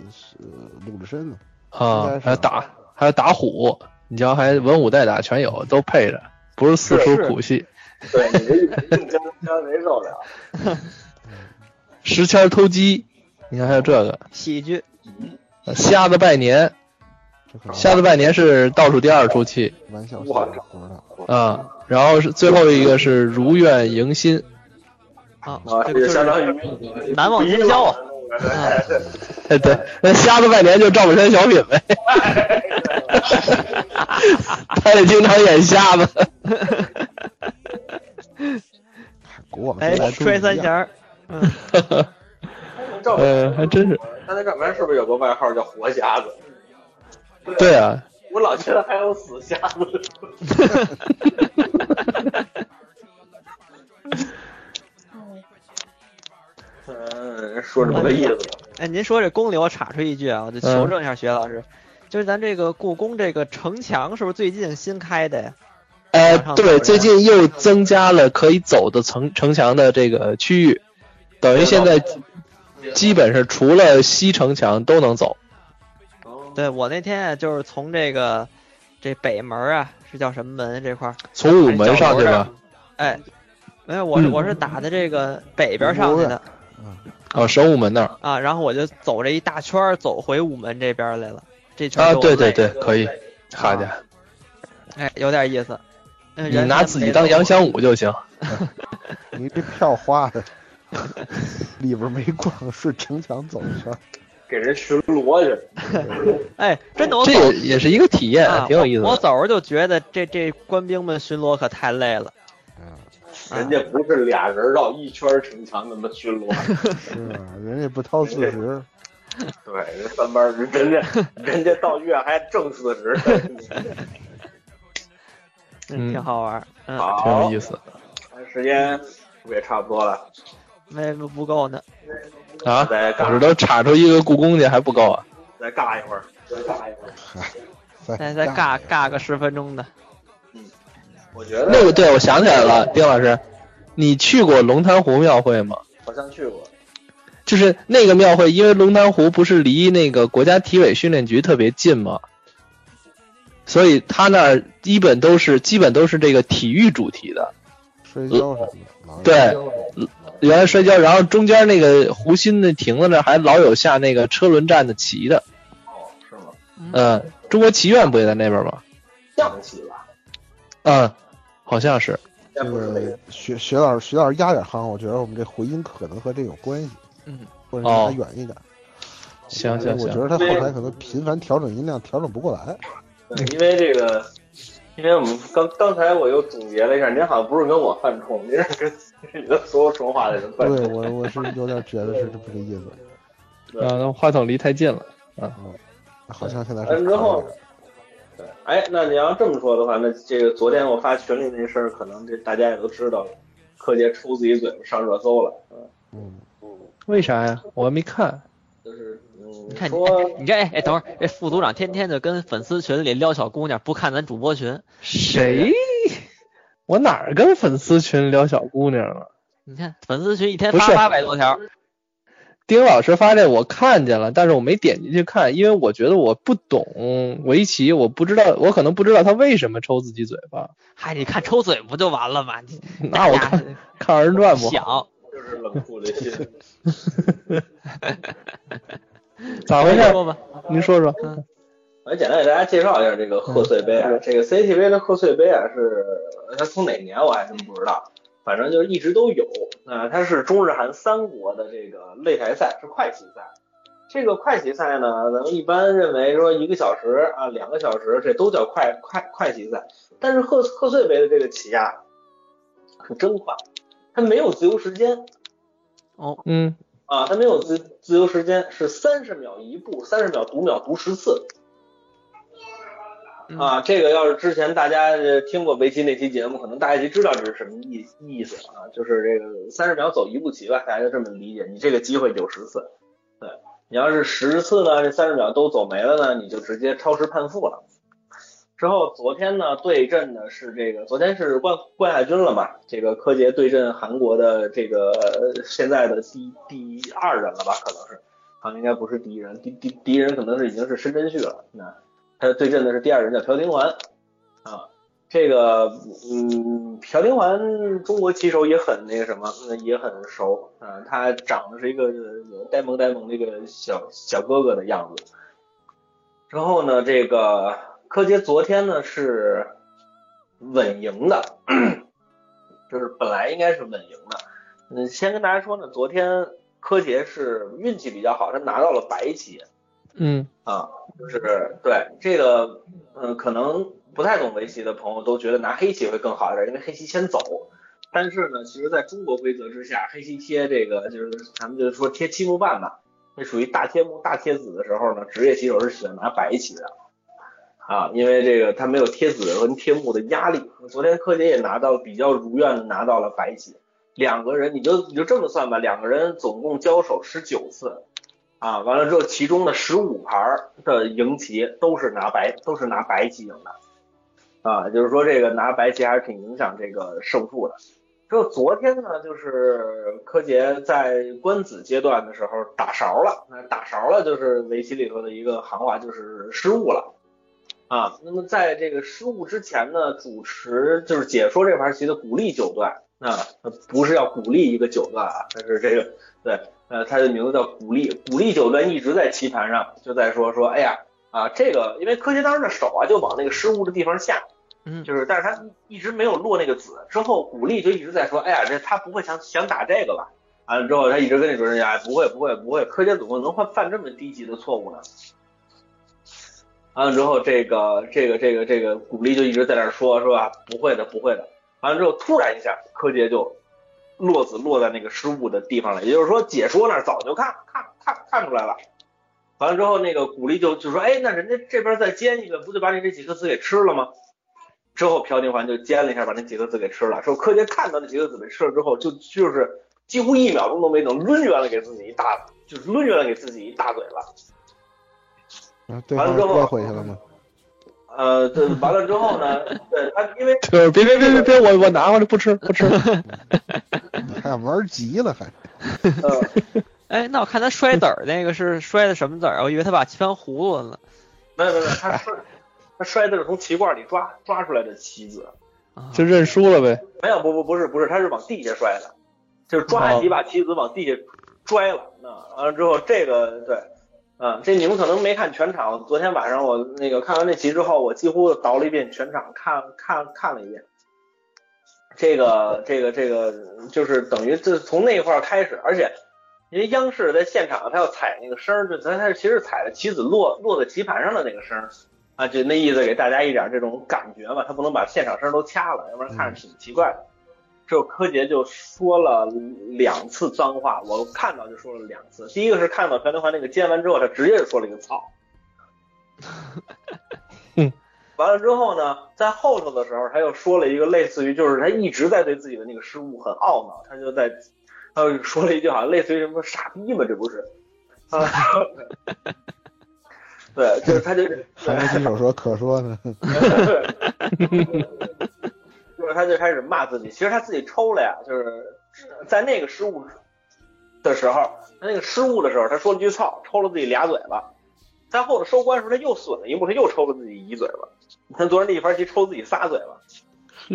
B: 是鲁智深的，应
C: 啊
B: 该，是
C: 还有打还有打虎，你瞧还文武带打全有，都配着，不是四出
A: 是
C: 苦戏。
A: 对你这硬僵僵谁受了？
C: 石签儿偷鸡，你看还有这个
D: 喜剧
C: 呃瞎子拜年，
B: 这可能
C: 瞎子拜年是倒数第二出戏
B: 玩笑
A: 哇
B: 话不知道。
C: 啊，然后是最后一个是如愿迎新，
D: 啊
A: 啊，，这
D: 这个就
A: 个相当
D: 是
A: 于
D: 难忘今宵啊。
A: 嗯
D: 啊，
C: 哎对，那瞎子拜年就赵本山小品呗，他也经常演瞎子，
B: 古往今
D: 哎
B: 来，都
D: 摔
B: 一
D: 三
B: 样
D: 弦儿，嗯
A: 赵本
C: 嗯，还真是，
A: 刚才赵本山是不是有个外号叫活瞎子？
C: 对啊，
A: 我老觉得还有死瞎子。
C: 呃
A: 嗯，说这么个意思。
D: 哎，您说这公里，我插出一句啊，我就
C: 嗯
D: 求证一下徐老师，就是咱这个故宫这个城墙是不是最近新开的呀？
C: 呃
D: 马上，就
C: 对，
D: 是
C: 最近又增加了可以走的城城墙的这个区域，等于现在基本是除了西城墙都能走，
A: 嗯
D: 对我那天啊就是从这个这北门啊，是叫什么门这块儿？
C: 从午门上去吧，
D: 哎，没有，我是
C: 嗯
D: 我是打的这个北边上去的
C: 啊，神武门那儿
D: 啊，然后我就走这一大圈儿走回午门这边来了，这圈儿
C: 啊，
D: 给我
C: 对对
D: 累
C: 对，可以，好家伙，
D: 哎，有点意思。嗯
C: 你拿自己当
D: 人还
C: 杨，
D: 没走
C: 香武就行，
B: 你这票花的，里边没逛，顺城墙走一圈 儿。
A: 给人巡逻去，
D: 哎，真的我
C: 这
D: 走
C: 也也是一个体验
D: 啊，，
C: 挺有意思
D: 我。我
C: 的。
D: 走着就觉得这这官兵们巡逻可太累了。
B: 嗯，
D: 啊
A: 人家不是俩人绕一圈城墙那么巡 逻，
B: 是啊，人家不掏四十，
A: 对，人三班人人 家人家到月还挣四十，
D: 嗯，
C: 嗯
D: 挺好玩儿。嗯，
C: 挺有
A: 好，
C: 意思
A: 时间是不是也差不多了？
D: 没不够呢。
C: 啊！
A: 再
C: 我这
A: 尬
C: 都查出一个故宫去还不够啊！
A: 再尬一会儿，再尬一会 儿。
B: 再
D: 再再尬尬个十分钟的。
A: 我觉得
C: 那个对，我想起来了，丁老师，你去过龙潭湖庙会吗？
A: 好像去过，
C: 就是那个庙会，因为龙潭湖不是离那个国家体委训练局特别近吗？所以他那儿基本都是基本都是这个体育主题的，
B: 摔跤什么的。老有
C: 对，原来摔跤，然后中间那个湖心那亭子那儿还老有下那个车轮战的旗的，
A: 哦，是吗？
C: 嗯，中国棋院不也在那边吗？
A: 象棋吧，
C: 嗯，好像是，
A: 应该
B: 这
A: 不是那个
B: 个徐徐老师，徐老师压点夯，我觉得我们这回音可能和这有关系。
D: 嗯，
B: 或者离他
C: 哦
B: 远一点。
C: 行
B: 因为
C: 行
B: 我觉得
C: 行，
B: 他后台可能频繁调整音量，调整不过来。
A: 对，嗯因为这个，因为我们刚刚才我又总结了一下，您好像不是跟我犯冲，您是跟你的所有说话的人犯
B: 对
A: 冲。
B: 我，我是有点觉得是这么个意思。
C: 啊，那话筒离太近了。
B: 好像现在
A: 完
B: 是
A: 之后，对，哎，那你要这么说的话，那这个昨天我发群里那事儿，可能这大家也都知道了，柯洁抽自己嘴巴上热搜了，
B: 嗯，
C: 为啥呀？我还没看。
A: 就是嗯
D: 你，看你，哎
A: 说
D: 你这哎哎，等会儿，这副组长天天就跟粉丝群里撩小姑娘，不看咱主播群。
C: 谁？我哪儿跟粉丝群聊小姑娘了？啊
D: 你看粉丝群一天
C: 不
D: 发
C: 是
D: 八百多条，
E: 丁老师发这我看见了，但是我没点进去看，因为我觉得我不懂围棋，我不知道，我可能不知道他为什么抽自己嘴巴。
D: 嗨，你看抽嘴不就完了吗？你
B: 哎
E: 那 我看看二人转不好，
D: 想
A: 就是冷酷的心。
E: 咋回事？
D: 说吧，
E: 您说说。
A: 来简单给大家介绍一下这个贺岁杯啊，这个 CCTV 的贺岁杯啊是它从哪年我还真不知道，反正就是一直都有。那、它是中日韩三国的这个擂台赛，是快棋赛。这个快棋赛呢，咱们一般认为说一个小时啊、两个小时，这都叫快快快棋赛。但是贺贺岁杯的这个棋啊，可真快，它没有自由时间
D: 哦，
E: 嗯，
A: 啊，它没有自自由时间，是三十秒一步，三十秒读秒读十次。
D: 嗯
A: 啊，这个要是之前大家呃听过围棋那期节目，可能大家就知道这是什么意意思啊，就是这个三十秒走一步棋吧，大家就这么理解。你这个机会有十次，对，你要是十次呢，这三十秒都走没了呢，你就直接超时判负了。之后昨天呢对阵的是这个，昨天是冠冠亚军了嘛，这个柯洁对阵韩国的这个呃现在的第第二人了吧，可能是，啊应该不是第一人，第第第一人可能是已经是申真旭了，那。他对阵的是第二人叫朴廷桓啊。这个嗯，朴廷桓中国棋手也很那个什么，呃也很熟啊。他长得是一个呃呆萌呆萌的一个小小哥哥的样子。然后呢，这个柯洁昨天呢是稳赢的，就是本来应该是稳赢的。嗯，先跟大家说呢，昨天柯洁是运气比较好，他拿到了白棋，
E: 嗯，
A: 啊，就是对这个，嗯、可能不太懂围棋的朋友都觉得拿黑棋会更好一点，因为黑棋先走。但是呢，其实在中国规则之下，黑棋贴这个就是咱们就说贴七目半吧，这属于大贴目大贴子的时候呢，职业棋手是喜欢拿白棋的啊，因为这个他没有贴子和贴目的压力。昨天柯洁也拿到比较如愿的拿到了白棋，两个人你就你就这么算吧，两个人总共交手十九次，啊，完了之后，其中的十五盘儿的赢棋都是拿白，都是拿白棋赢的，啊，就是说这个拿白棋还是挺影响这个胜负的。之后昨天呢，就是柯洁在官子阶段的时候打勺了，那打勺了就是围棋里头的一个行话，就是失误了。啊，那么在这个失误之前呢，主持就是解说这盘棋的鼓励九段，啊，不是要鼓励一个九段啊，但是这个对，呃，他的名字叫古力，古力九段一直在棋盘上就在说说，哎呀啊，这个因为柯洁当时的手啊就往那个失误的地方下，
D: 嗯
A: 就是但是他一直没有落那个子，之后古力就一直在说，哎呀，这他不会想想打这个吧？完了之后，他一直跟你说人家、哎、不会不会不会，柯洁怎么能犯犯这么低级的错误呢？啊完了之后，这个这个这个这个古力就一直在那儿说说啊，不会的不会的。完了之后，突然一下，柯洁就落子落在那个失误的地方了，也就是说解说那儿早就看看看看出来了。完了之后，那个古力就就说：“哎，那人家这边再煎一个，不就把你这几个子给吃了吗？”之后朴廷桓就煎了一下，把那几个子给吃了。说柯洁看到那几个子被吃了之后，就就是几乎一秒钟都没等，抡圆了给自己一大，就是抡圆了给自己一大嘴巴。
B: 然后对
A: 完
B: 方
A: 了之后
B: 撤回 去了吗？
A: 呃，对，完了之后呢，对他因为
E: 就是别别别别别，我我拿回来不吃不 吃。
B: 还玩急了还？
A: 呃
D: 哎，那我看他摔子儿那个是摔的什么子儿啊？我以为他把棋盘葫芦了呢。
A: 没有没有，没有他摔他摔的是从棋罐里抓抓出来的棋子，
D: 啊
E: 就认输了呗。
A: 没有不不不是不是，他是往地下摔的，就是抓起一把棋子往地下拽了。那完了之后，这个对，嗯，这你们可能没看全场。昨天晚上我那个看完这棋之后，我几乎倒了一遍全场，看看看了一遍。这个这个这个就是等于这从那一块儿开始，而且因为央视在现场，他要踩那个声儿，就他他其实踩的棋子落落在棋盘上的那个声儿啊，就那意思给大家一点这种感觉嘛，他不能把现场声儿都掐了，要不然看着挺奇怪的。之后柯洁就说了两次脏话，我看到就说了两次，第一个是看到朴廷桓那个煎完之后，他直接就说了一个操。完了之后呢，在后头的时候，他又说了一个类似于，就是他一直在对自己的那个失误很懊恼，他就在，他又说了一句好像类似于什么傻逼嘛，这不是？啊， 对，就是他就
B: 韩国棋手说可说呢，
A: 就是他就开始骂自己。其实他自己抽了呀，就是在那个失误的时候，他那个失误的时候，他说了句“操”，抽了自己俩嘴巴。他后头收官时候，他又损了一幕，他又抽了自己一嘴巴。他昨天那一盘棋抽自己仨嘴巴。
E: 是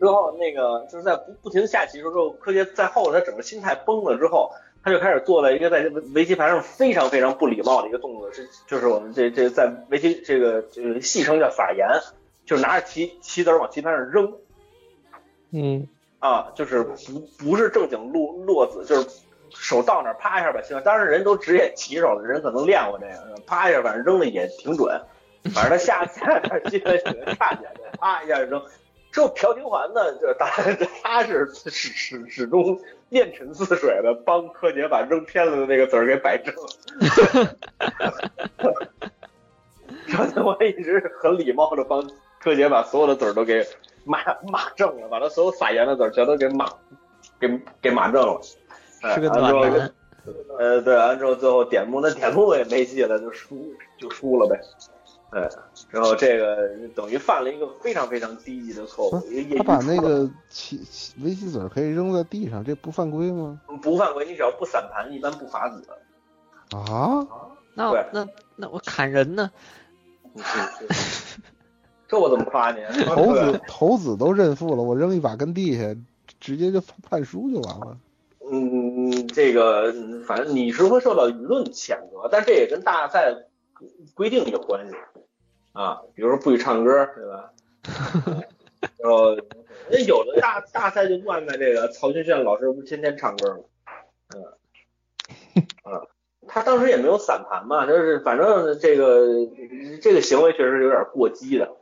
A: 之后那个就是在不不停下棋的时候，之后柯洁在后头他整个心态崩了之后，他就开始做了一个在这个围棋盘上非常非常不礼貌的一个动作，是就是我们这这在围棋这个就是戏称叫撒盐，就是拿着棋棋子儿往棋盘上扔
E: 嗯，
A: 啊，就是不不是正经落落子，就是手到哪儿啪一下把棋盘，当然人都职业棋手了，人可能练过这个，啪一下反正扔的也挺准，反正他下 下下棋盘挺看见，啪一下扔。只有朴廷桓呢，就他他是始始始终面沉似水的，帮柯洁把扔偏了的那个子儿给摆正。 朴廷桓一直很礼貌的帮柯洁把所有的子儿都给码码正了，把他所有撒盐的子儿全都给码给给码正了。哎
D: 是个
A: 完之后
D: 暖
A: 就
D: 男。啊
A: 呃，对，完之后最后点目，那点目也没戏了，就输就输了呗。对，然后这个等于犯了一个非常非常低级的错误，也也
B: 嗯他把那个棋棋围棋子儿可以扔在地上，这不犯规吗？
A: 不犯规，你只要不散盘，一般不罚子。
B: 啊，
D: 那
A: 对
D: 那那我砍人呢？
A: 这我怎么夸你？啊
B: 头子头子都认负了，我扔一把跟地下，直接就判判输就完了。
A: 嗯，这个嗯反正你是会受到舆论谴责，但这也跟大赛规定有关系啊，比如说不许唱歌，对吧？ 然后那有的大大赛就不安排这个，曹军炫老师不是天天唱歌吗？嗯，啊，他当时也没有散盘嘛，就是反正这个这个行为确实有点过激的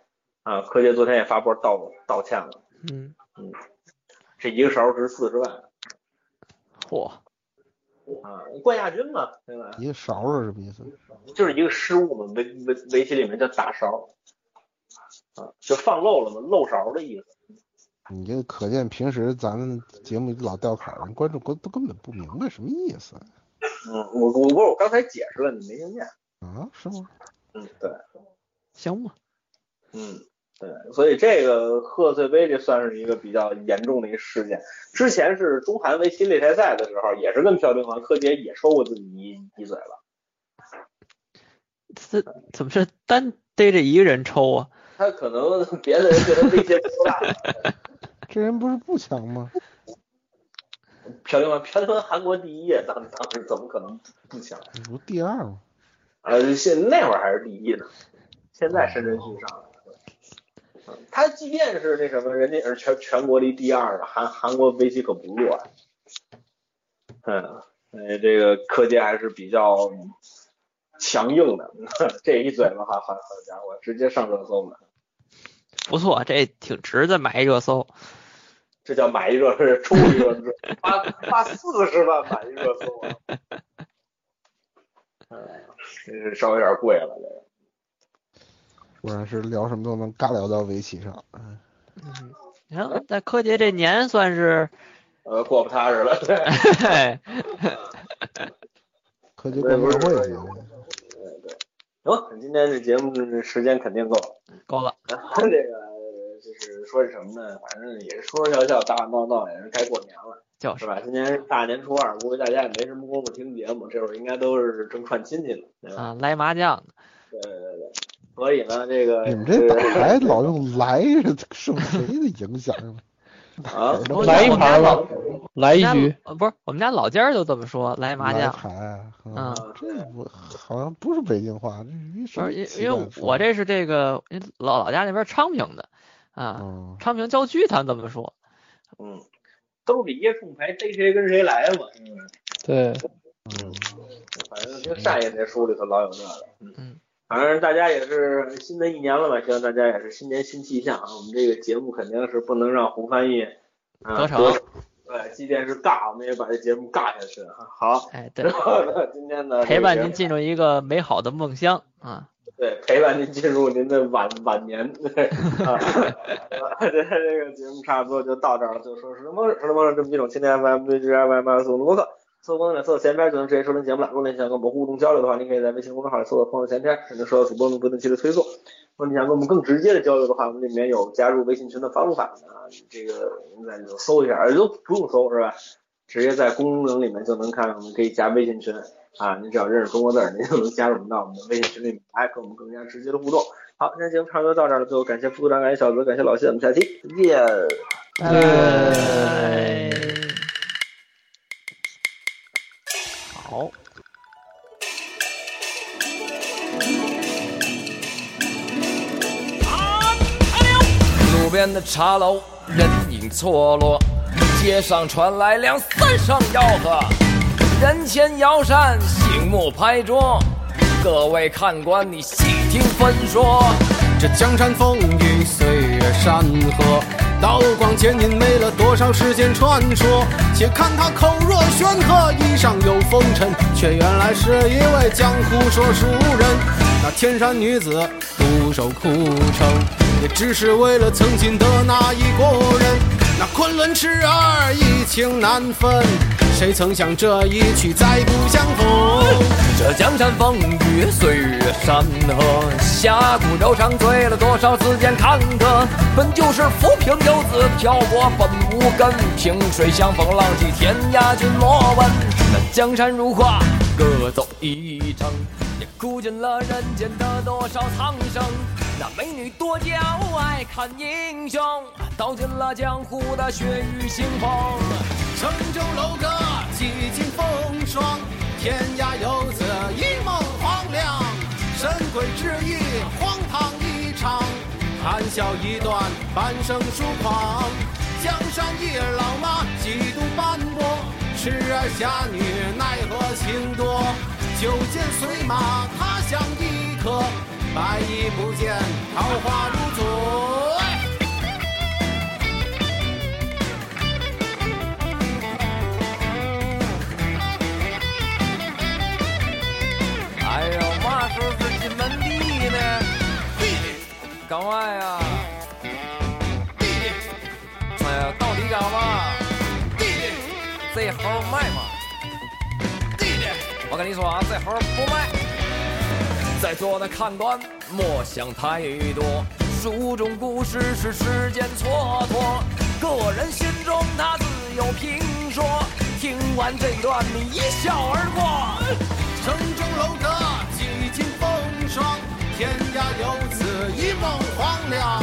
A: 啊。柯洁昨天也发波道道歉了，
D: 嗯，
A: 这一个勺值四十万
D: 嚯，
A: 啊，冠亚军嘛，对吧？
B: 一个勺儿是什么意思？
A: 就是一个失误嘛，围围围棋里面叫打勺，啊，就放漏了嘛，漏勺的意思。
B: 你这可见平时咱们节目老掉坎儿，观众根都根本不明白什么意思
A: 嗯，我我不是我刚才解释了，你没听见。
B: 啊？是吗？
A: 嗯，对，
D: 行吧，
A: 嗯，对，所以这个贺岁杯这算是一个比较严重的一个事件。之前是中韩围棋擂台赛的时候，也是跟朴廷桓、柯洁也说过自己一一嘴了。
D: 这怎么是单逮着一个人抽啊？
A: 他可能 别的人对他威胁不够大，
B: 这人不是不强吗？
A: 朴廷桓，朴廷桓韩国第一啊，当当时怎么可能不强？
B: 你不是第二吗？
A: 呃，现那会儿还是第一呢，现在深圳居上了。嗯他即便是那什么，人家也是全全国里第二的，韩韩国围棋可不弱啊。嗯，呃，这个柯洁还是比较强硬的，这一嘴巴，好好好家伙，直接上热搜了。
D: 不错，这挺值得买一热搜。
A: 这叫买一热是出一热搜，花花四十万买一热搜啊！嗯，这是稍微有点贵了，这个。
B: 果然是聊什么都能尬聊到围棋上。嗯
D: 嗯，然后在柯洁这年算是，哎
A: 呃，过不踏实了，对。
D: 嘿
B: 科技过年会去，
A: 行，今天这节目时间肯定够 了。
D: 够了。
A: 然后这个呃就是说是什么呢？反正也是说说笑笑，大大闹闹，也是该过年了，
D: 就是是
A: 吧？今年是大年初二，估计大家也没什么功夫听节目，这会儿应该都是正串亲戚了，对吧？
D: 啊，来麻将的，
A: 对对对对。所以呢，这个
B: 你们这打牌老用来是受谁的影响 啊？
A: 啊，
E: 来一盘吧，来一
D: 我们
E: 局
D: 家，呃不是我们家老家儿就这么说，来麻
B: 来
D: 将。
B: 牌啊，
D: 嗯
B: 这不好像不是北京话，这是一什
D: 不
B: 么
D: 是因
B: 奇
D: 因
B: 怪
D: 为
B: 的说
D: 我
B: 法
D: 这是这个因为老老家那边昌平的啊，
B: 嗯，
D: 昌平郊区他们这么说。
A: 嗯，兜里一副牌，逮谁跟谁来嘛。嗯，
E: 对，
B: 嗯
A: 反正听单爷那书里头老有这个。
D: 嗯，
A: 反正大家也是新的一年了嘛，希望大家也是新年新气象啊。我们这个节目肯定是不能让胡翻译啊
D: 得逞
A: 对，即便是尬，我们也把这节目尬下去啊。好，
D: 哎，对
A: 然，后呢，今天呢，
D: 陪伴
A: 这个
D: 您进入一个美好的梦乡啊。
A: 对，陪伴您进入您的晚晚年。对啊，这这个节目差不多就到这儿了，就说什么什么这么一种青年 FM 对 G FM 速度播客。搜索“两搜索闲篇”就能直接收听节目了。如果你想跟我们互动交流的话，您可以在微信公众号里搜索“朋友闲篇”，也能收到主播们不定期的推送。如果你想跟我们更直接的交流的话，我们里面有加入微信群的方法啊，这个你在里头搜一下，哎都不用搜是吧？直接在功能里面就能看，我们可以加微信群啊，你只要认识中国字儿，您就能加入我们到我们的微信群里面来，跟我们更加直接的互动。好，今天节目差不多到这儿了，最后感谢副组长，感谢小泽，感谢老谢，我们下期见。
C: 拜拜。
D: 好。
F: 路边的茶楼人影错落，街上传来两三声吆喝，人前摇扇，醒目拍桌。各位看官，你细听分说，
G: 这江山风雨，岁月山河，刀光剑影没了多少世间传说。且看他口若悬河，衣上有风尘，却原来是一位江湖说书人。那天山女子独守孤城，也只是为了曾经的那一个人。那昆仑痴儿，一情难分，谁曾想这一曲再不相逢。
F: 这江山风雨，岁月山河，峡谷柔肠醉了多少世间坎坷。本就是浮萍游子，漂泊本无根，萍水相逢，浪迹天涯君莫问。那江山如画，各走一程，也哭尽了人间的多少苍生。那美女多娇，爱看英雄，道尽了江湖的血雨腥风。
G: 城中楼阁几经风霜，天涯游子一梦黄粱。神鬼之意，荒唐一场，谈笑一段，半生疏狂。江山一老马，几度斑驳，痴儿侠女奈何情多。酒剑随马，他乡一刻，白衣不见，桃花如昨。
F: 哎呦，嘛时候是进门第呢？干嘛呀？哎呀，到底干嘛？这猴儿卖吗？我跟你说啊，这猴儿不卖。在座的看官莫想太多，书中故事是世间蹉跎，个人心中他自有评说。听完这段，你一笑而过。
G: 城中楼阁几经风霜，天涯游子一梦黄粱。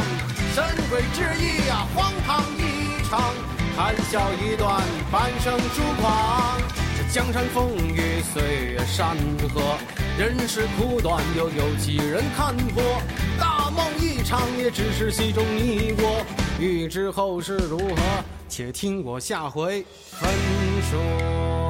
G: 神鬼之意啊，荒唐一场，谈笑一段，半生疏狂。这江山风雨，岁月山河，人世苦短，又有几人看破？大梦一场，也只是戏中一窝。欲知后事如何，且听我下回分说。